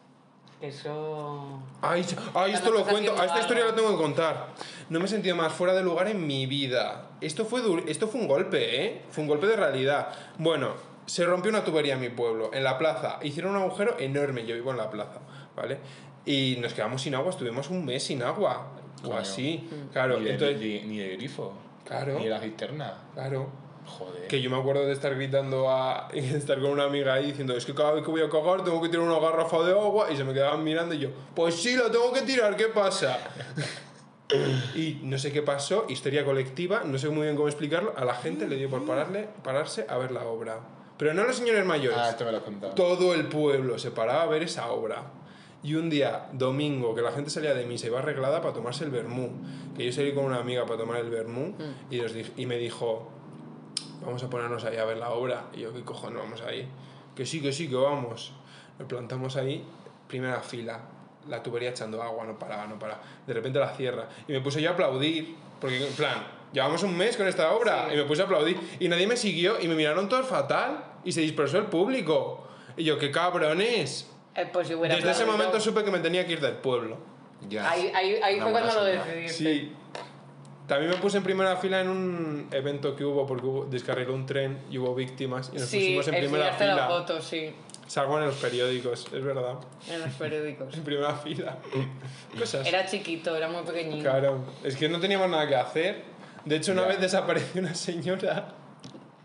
A: Eso.
B: Ay, ch- ay, esto lo
A: estás haciendo
B: cuento. A esta
A: algo.
B: historia la tengo que contar. No me he sentido más fuera de lugar en mi vida. Esto fue, dur- esto fue un golpe, ¿eh? Fue un golpe de realidad. Bueno, se rompió una tubería en mi pueblo, en la plaza. Hicieron un agujero enorme. Yo vivo en la plaza, ¿vale? Y nos quedamos sin agua. Estuvimos un mes sin agua. O
C: Coño.
B: así.
A: Mm.
B: Claro,
C: ni, de,
B: entonces.
C: ni- ni de grifo.
B: Claro.
C: Ni de la cisterna.
B: Claro.
C: Joder.
B: Que yo me acuerdo de estar gritando a. <laughs> y estar con una amiga ahí diciendo, es que cada vez que voy a cagar tengo que tirar una garrafa de agua. Y se me quedaban mirando y yo, pues sí, lo tengo que tirar, ¿qué pasa? y no sé qué pasó, historia colectiva, no sé muy bien cómo explicarlo. A la gente le dio por pararle, pararse a ver la obra. Pero no los señores mayores.
C: Ah, esto me lo has contado.
B: Todo el pueblo se paraba a ver esa obra. Y un día, domingo, que la gente salía de misa y iba arreglada para tomarse el vermú. Que yo salí con una amiga para tomar el vermú y, nos di- y me dijo, vamos a ponernos ahí a ver la obra. Y yo, ¿qué cojones vamos ahí? Que sí, que sí, que vamos. Nos plantamos ahí, primera fila, la tubería echando agua, no paraba, no paraba. De repente la cierra. Y me puse yo a aplaudir, porque en plan, llevamos un mes con esta obra.
A: Sí.
B: Y me puse a aplaudir. Y nadie me siguió y me miraron todos fatal. Y se dispersó el público. Y yo, ¡qué cabrones!
A: Eh, pues yo hubiera
B: Desde ese
A: aplaudido.
B: momento supe que me tenía que ir del pueblo.
D: Ya.
A: Ahí, ahí, ahí
D: Una
A: fue cuando
D: buena
A: lo
D: señal.
A: decidiste.
B: Sí. También me puse en primera fila en un evento que hubo porque hubo, descarriló un tren y hubo víctimas y nos
A: Sí,
B: pusimos en primera
A: enseñaste la
B: fila.
A: foto, sí,
B: Salgo en los periódicos, es verdad.
A: en los periódicos.
B: <laughs> En primera
A: <laughs>
B: fila. Cosas.
A: Era chiquito, era muy pequeñito.
B: Claro. Es que no teníamos nada que hacer. De hecho, una
D: Ya.
B: vez desapareció una señora <laughs>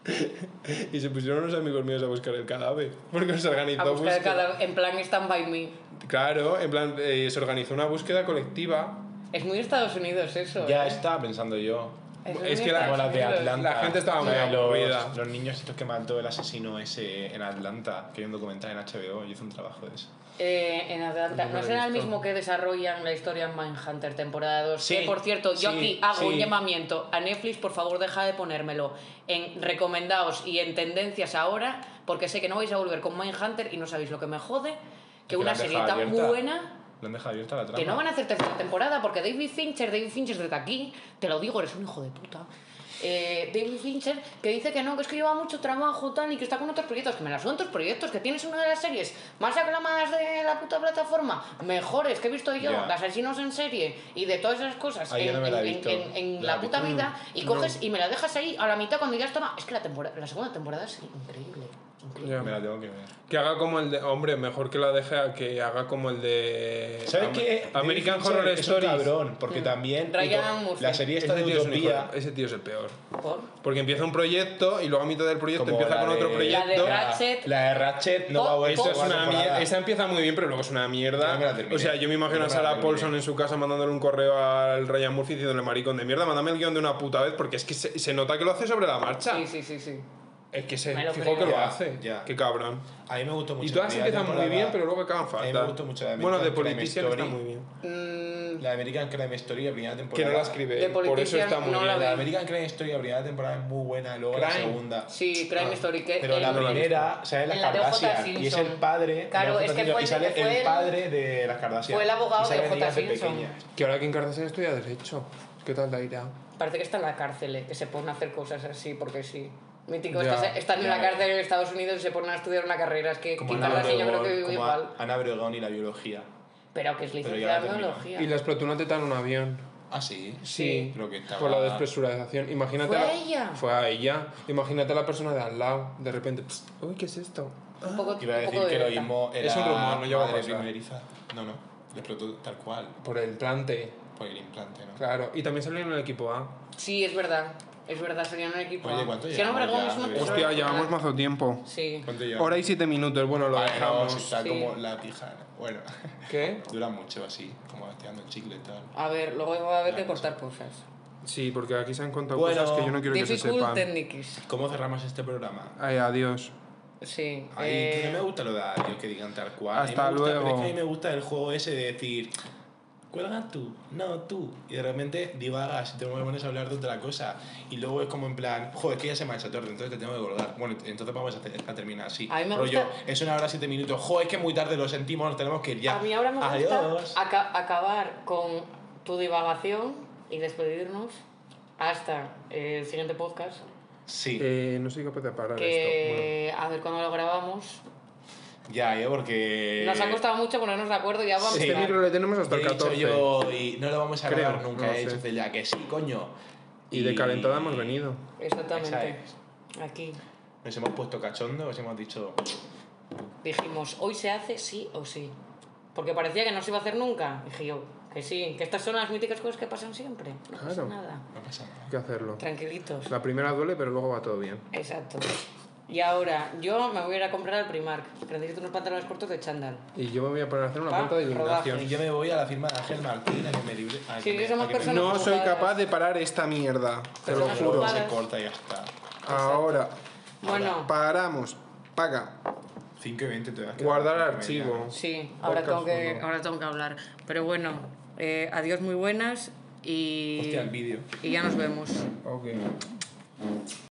B: y se pusieron unos amigos míos a buscar el cadáver. Porque se organizó
A: A buscar el
B: búsqueda.
A: cadáver, en plan Stand By Me.
B: Claro, en plan, eh, se organizó una búsqueda colectiva.
A: Es muy Estados Unidos eso.
D: Ya
A: ¿eh?
D: estaba pensando yo.
A: Es,
B: es
A: muy
B: que la-
A: Estados
D: Como las de
A: Unidos.
D: Atlanta.
B: La gente estaba muy
D: O sea,
B: aburrida.
D: los,
C: Los niños estos que mató el asesino ese en Atlanta, que hay un documental en HBO, yo hice un trabajo de eso.
A: Eh, en Atlanta.
B: No me
A: ¿No
B: lo he
A: será el
B: visto.
A: mismo que desarrollan la historia en Manhunter temporada 2?
C: Sí,
A: que por cierto, yo
C: sí,
A: aquí hago un
C: sí.
A: llamamiento a Netflix, por favor deja de ponérmelo en recomendados y en tendencias ahora, porque sé que no vais a volver con Manhunter y no sabéis lo que me jode,
D: que
A: que
D: la
A: una
D: han
A: serie
D: dejado
A: tan
D: abierta.
A: buena...
D: Lo han dejado abierta la trama.
A: Que no van a hacer tercera temporada porque David Fincher, David Fincher desde aquí, te lo digo, eres un hijo de puta. Eh, David Fincher que dice que no, que es que lleva mucho trabajo tal y que está con otros proyectos, que me la sudan tus proyectos, que tienes una de las series más aclamadas de la puta plataforma, mejores que he visto yo,
C: Ya.
A: de asesinos en serie y de todas esas cosas
C: Ay, yo
A: en,
C: no me la he
A: en-
C: visto.
A: en- en
C: La
A: la
C: he
A: puta
C: visto.
A: vida y coges y me la dejas ahí a la mitad cuando ya estaba. Es que la, temporada, la segunda temporada es increíble. increíble.
B: Ya.
C: Me la tengo que ver.
B: Que haga como el de. Hombre, mejor que la deje a que haga como el de.
C: ¿Sabes
B: Am-
C: qué?
B: American
C: David Fincher
B: Horror
C: es un
B: Stories.
C: cabrón, porque también
A: Mm. Ryan
C: Uto-
A: Murphy.
C: la serie
B: Ese
C: esta de
B: tío, es un hijo
C: Utopía
B: de- ese tío es el peor.
A: Por-
B: Porque empieza un proyecto y luego a mitad del proyecto
C: como
B: empieza
C: la
B: con
C: de-
A: La
B: otro
A: de
B: proyecto.
A: Ratchet.
C: La de Ratchet no
A: Po-
C: va a volver.
B: Eso es
C: por
B: una
C: temporada.
B: mier- Esa empieza muy bien, pero luego es una
C: Yo no me la
B: mierda.
C: terminé.
B: O sea, yo me imagino
C: Yo no
B: a
C: me la
B: Sarah
C: terminé.
B: Paulson en su casa mandándole un correo al Ryan Murphy diciéndole maricón de mierda, mándame el guión de una puta vez, porque es que se, se nota que lo hace sobre la marcha.
A: Sí, sí, sí, sí.
B: Es que se
A: Me lo
B: fijó
A: creo.
B: que lo
C: Ya,
B: hace.
C: ya.
B: Qué cabrón.
C: A mí me gustó mucho.
B: y todas
C: la primera
B: empiezan muy
C: temporada.
B: bien, pero luego acaban
C: A mí
B: fatal.
C: me gustó mucho la
B: Bueno, de
C: American Crime
B: Politician está
C: Story.
B: muy bien.
A: Mm,
C: La de American Crime Story, la primera
B: Que
C: temporada.
B: no la escribe,
A: De
B: él, por eso
A: Politician
B: está muy
A: no la
C: La
B: bien.
A: ve.
C: de American Crime Story, la primera temporada es muy buena, luego la
B: Crime.
C: segunda.
A: Sí, Crime
B: Ah,
A: Story. Que
C: Pero la
A: el-
C: primera, o sea, es las
A: en la de OJ
C: Kardashian. Y es el
A: Simpson.
C: padre.
A: Claro,
C: de
A: es que
C: OJ
A: fue
C: y
A: el-
C: sale
A: fue
C: el
A: el-
C: padre de las Kardashian.
A: fue el abogado
C: Y sale
A: de
C: niña
A: OJ
C: desde
A: Simpson.
C: pequeña.
B: Que ahora que en Cartagena estudia Derecho. ¿Qué tal la irá?
A: Parece que está en la cárcel, eh, que se ponen a hacer cosas así porque sí. Mítico,
B: Ya,
A: estás- están en
C: ya.
A: la cárcel en Estados Unidos y se ponen a estudiar una carrera. Es que
C: Como
A: quizás
C: Ana
A: así yo creo que
C: Obregón,
A: vivo
C: como
A: igual.
C: a- Ana Obregón y la biología.
A: Pero que es
C: ya la
A: licenciada en
C: terminó.
A: biología.
B: Y la explotó una teta en un avión.
C: Ah, sí.
A: Sí.
C: Creo que estaba-
B: Por Pues la despresurización. Imagínate
A: ¿Fue
B: la-
A: a ella?
B: Fue a ella. Imagínate a la persona de al lado. De repente, pst, uy, ¿qué es esto?
A: Un poco,
C: Iba a
A: un
C: decir
A: poco
C: que lo
A: violenta.
C: mismo era
B: Es un rumor, no llegó a
C: madre
B: pasar.
C: primeriza. No, no. Le explotó tal cual
B: Por el plante.
C: por el implante, ¿no?
B: Claro. Y también salió en el equipo A.
A: Sí, es verdad. Es verdad, serían un equipo.
C: Oye,
A: A.
C: ¿cuánto
A: Si
C: llevamos
A: no, Obregón
C: ya?
A: es una
C: Hostia,
A: persona-
B: mazo tiempo.
A: Sí.
C: ¿Cuánto lleva?
B: Hora y siete minutos. Bueno, lo
C: Vale, no,
B: dejamos.
C: si está
A: Sí.
C: como la tijana. Bueno, <laughs>
B: ¿Qué?
C: dura mucho así, como estirando el chicle y tal.
A: A ver, luego va a haber que cortar cosas.
B: Sí, porque aquí se han contado
C: Bueno,
B: cosas que yo no quiero que se
A: Difficult
B: sepan.
A: techniques.
C: ¿Cómo cerramos este programa?
B: Ay, adiós.
A: Sí.
C: Ay,
A: eh,
C: que no me gusta lo de adiós que digan tal cual. A mí
B: Hasta
C: me gusta- pero es
B: luego.
C: que a mí me gusta el juego ese de decir, cuelga tú, no tú. Y de repente divagas y te pones a hablar de otra cosa. Y luego es como en plan, joder, que ya se me ha hecho tarde, entonces te tengo que colgar. Bueno, entonces vamos a, te- a terminar así.
A: A mí me
C: Rollo,
A: gusta-
C: Es una hora siete minutos. Joder, es que muy tarde, lo sentimos, nos tenemos que ir ya.
A: A mí ahora me
C: Adiós.
A: gusta aca- acabar con tu divagación y despedirnos hasta eh, el siguiente podcast.
C: Sí,
B: Eh, no soy capaz de parar esto. Bueno.
A: Que a ver cuándo lo grabamos.
C: ya, ¿eh? Porque...
A: Nos ha costado mucho ponernos de acuerdo ya vamos
C: Sí.
B: Este
A: a
B: micro le tenemos hasta
C: Lo
B: el
C: he dicho
B: 14.
C: yo y no lo vamos a
B: Creo,
C: grabar nunca.
B: no
C: he
B: sé.
C: dicho Celia que sí, coño.
B: Y de calentada hemos venido.
C: Esa
A: Exactamente.
C: es.
A: Aquí
C: Nos hemos puesto cachondo, os hemos dicho.
A: dijimos, hoy se hace sí o sí. Porque parecía que no se iba a hacer nunca. Dije yo, que sí, que estas son las míticas cosas que pasan siempre. No pasa
B: Claro.
A: nada.
C: No pasa nada.
B: Hay que hacerlo.
A: Tranquilitos.
B: La primera duele, pero luego va todo bien.
A: Exacto. Y ahora, yo me voy a ir a comprar al Primark, que necesito unos pantalones cortos de chándal.
B: Y yo me voy a poner a hacer una
A: Va,
B: cuenta de
A: rodaje.
C: Y
B: iluminación.
C: yo me voy a la firma de Ángel Martín a que me libre. a
A: Sí,
C: que me-
A: somos
C: a que me-
A: personas-
B: No soy capaz de parar esta mierda. Te lo
A: Personas
B: juro.
C: Luego se
A: ocupadas.
C: corta y ya está.
B: Ahora
A: Bueno,
B: paramos. Paga.
C: 5 y 20 te vas a
B: Guardar archivo.
A: sí, ahora tengo,
B: Podcast
A: que,
B: uno.
A: ahora tengo que hablar. Pero bueno, eh, adiós muy buenas y,
C: Hostia, el vídeo.
A: y ya nos vemos.
B: Ok.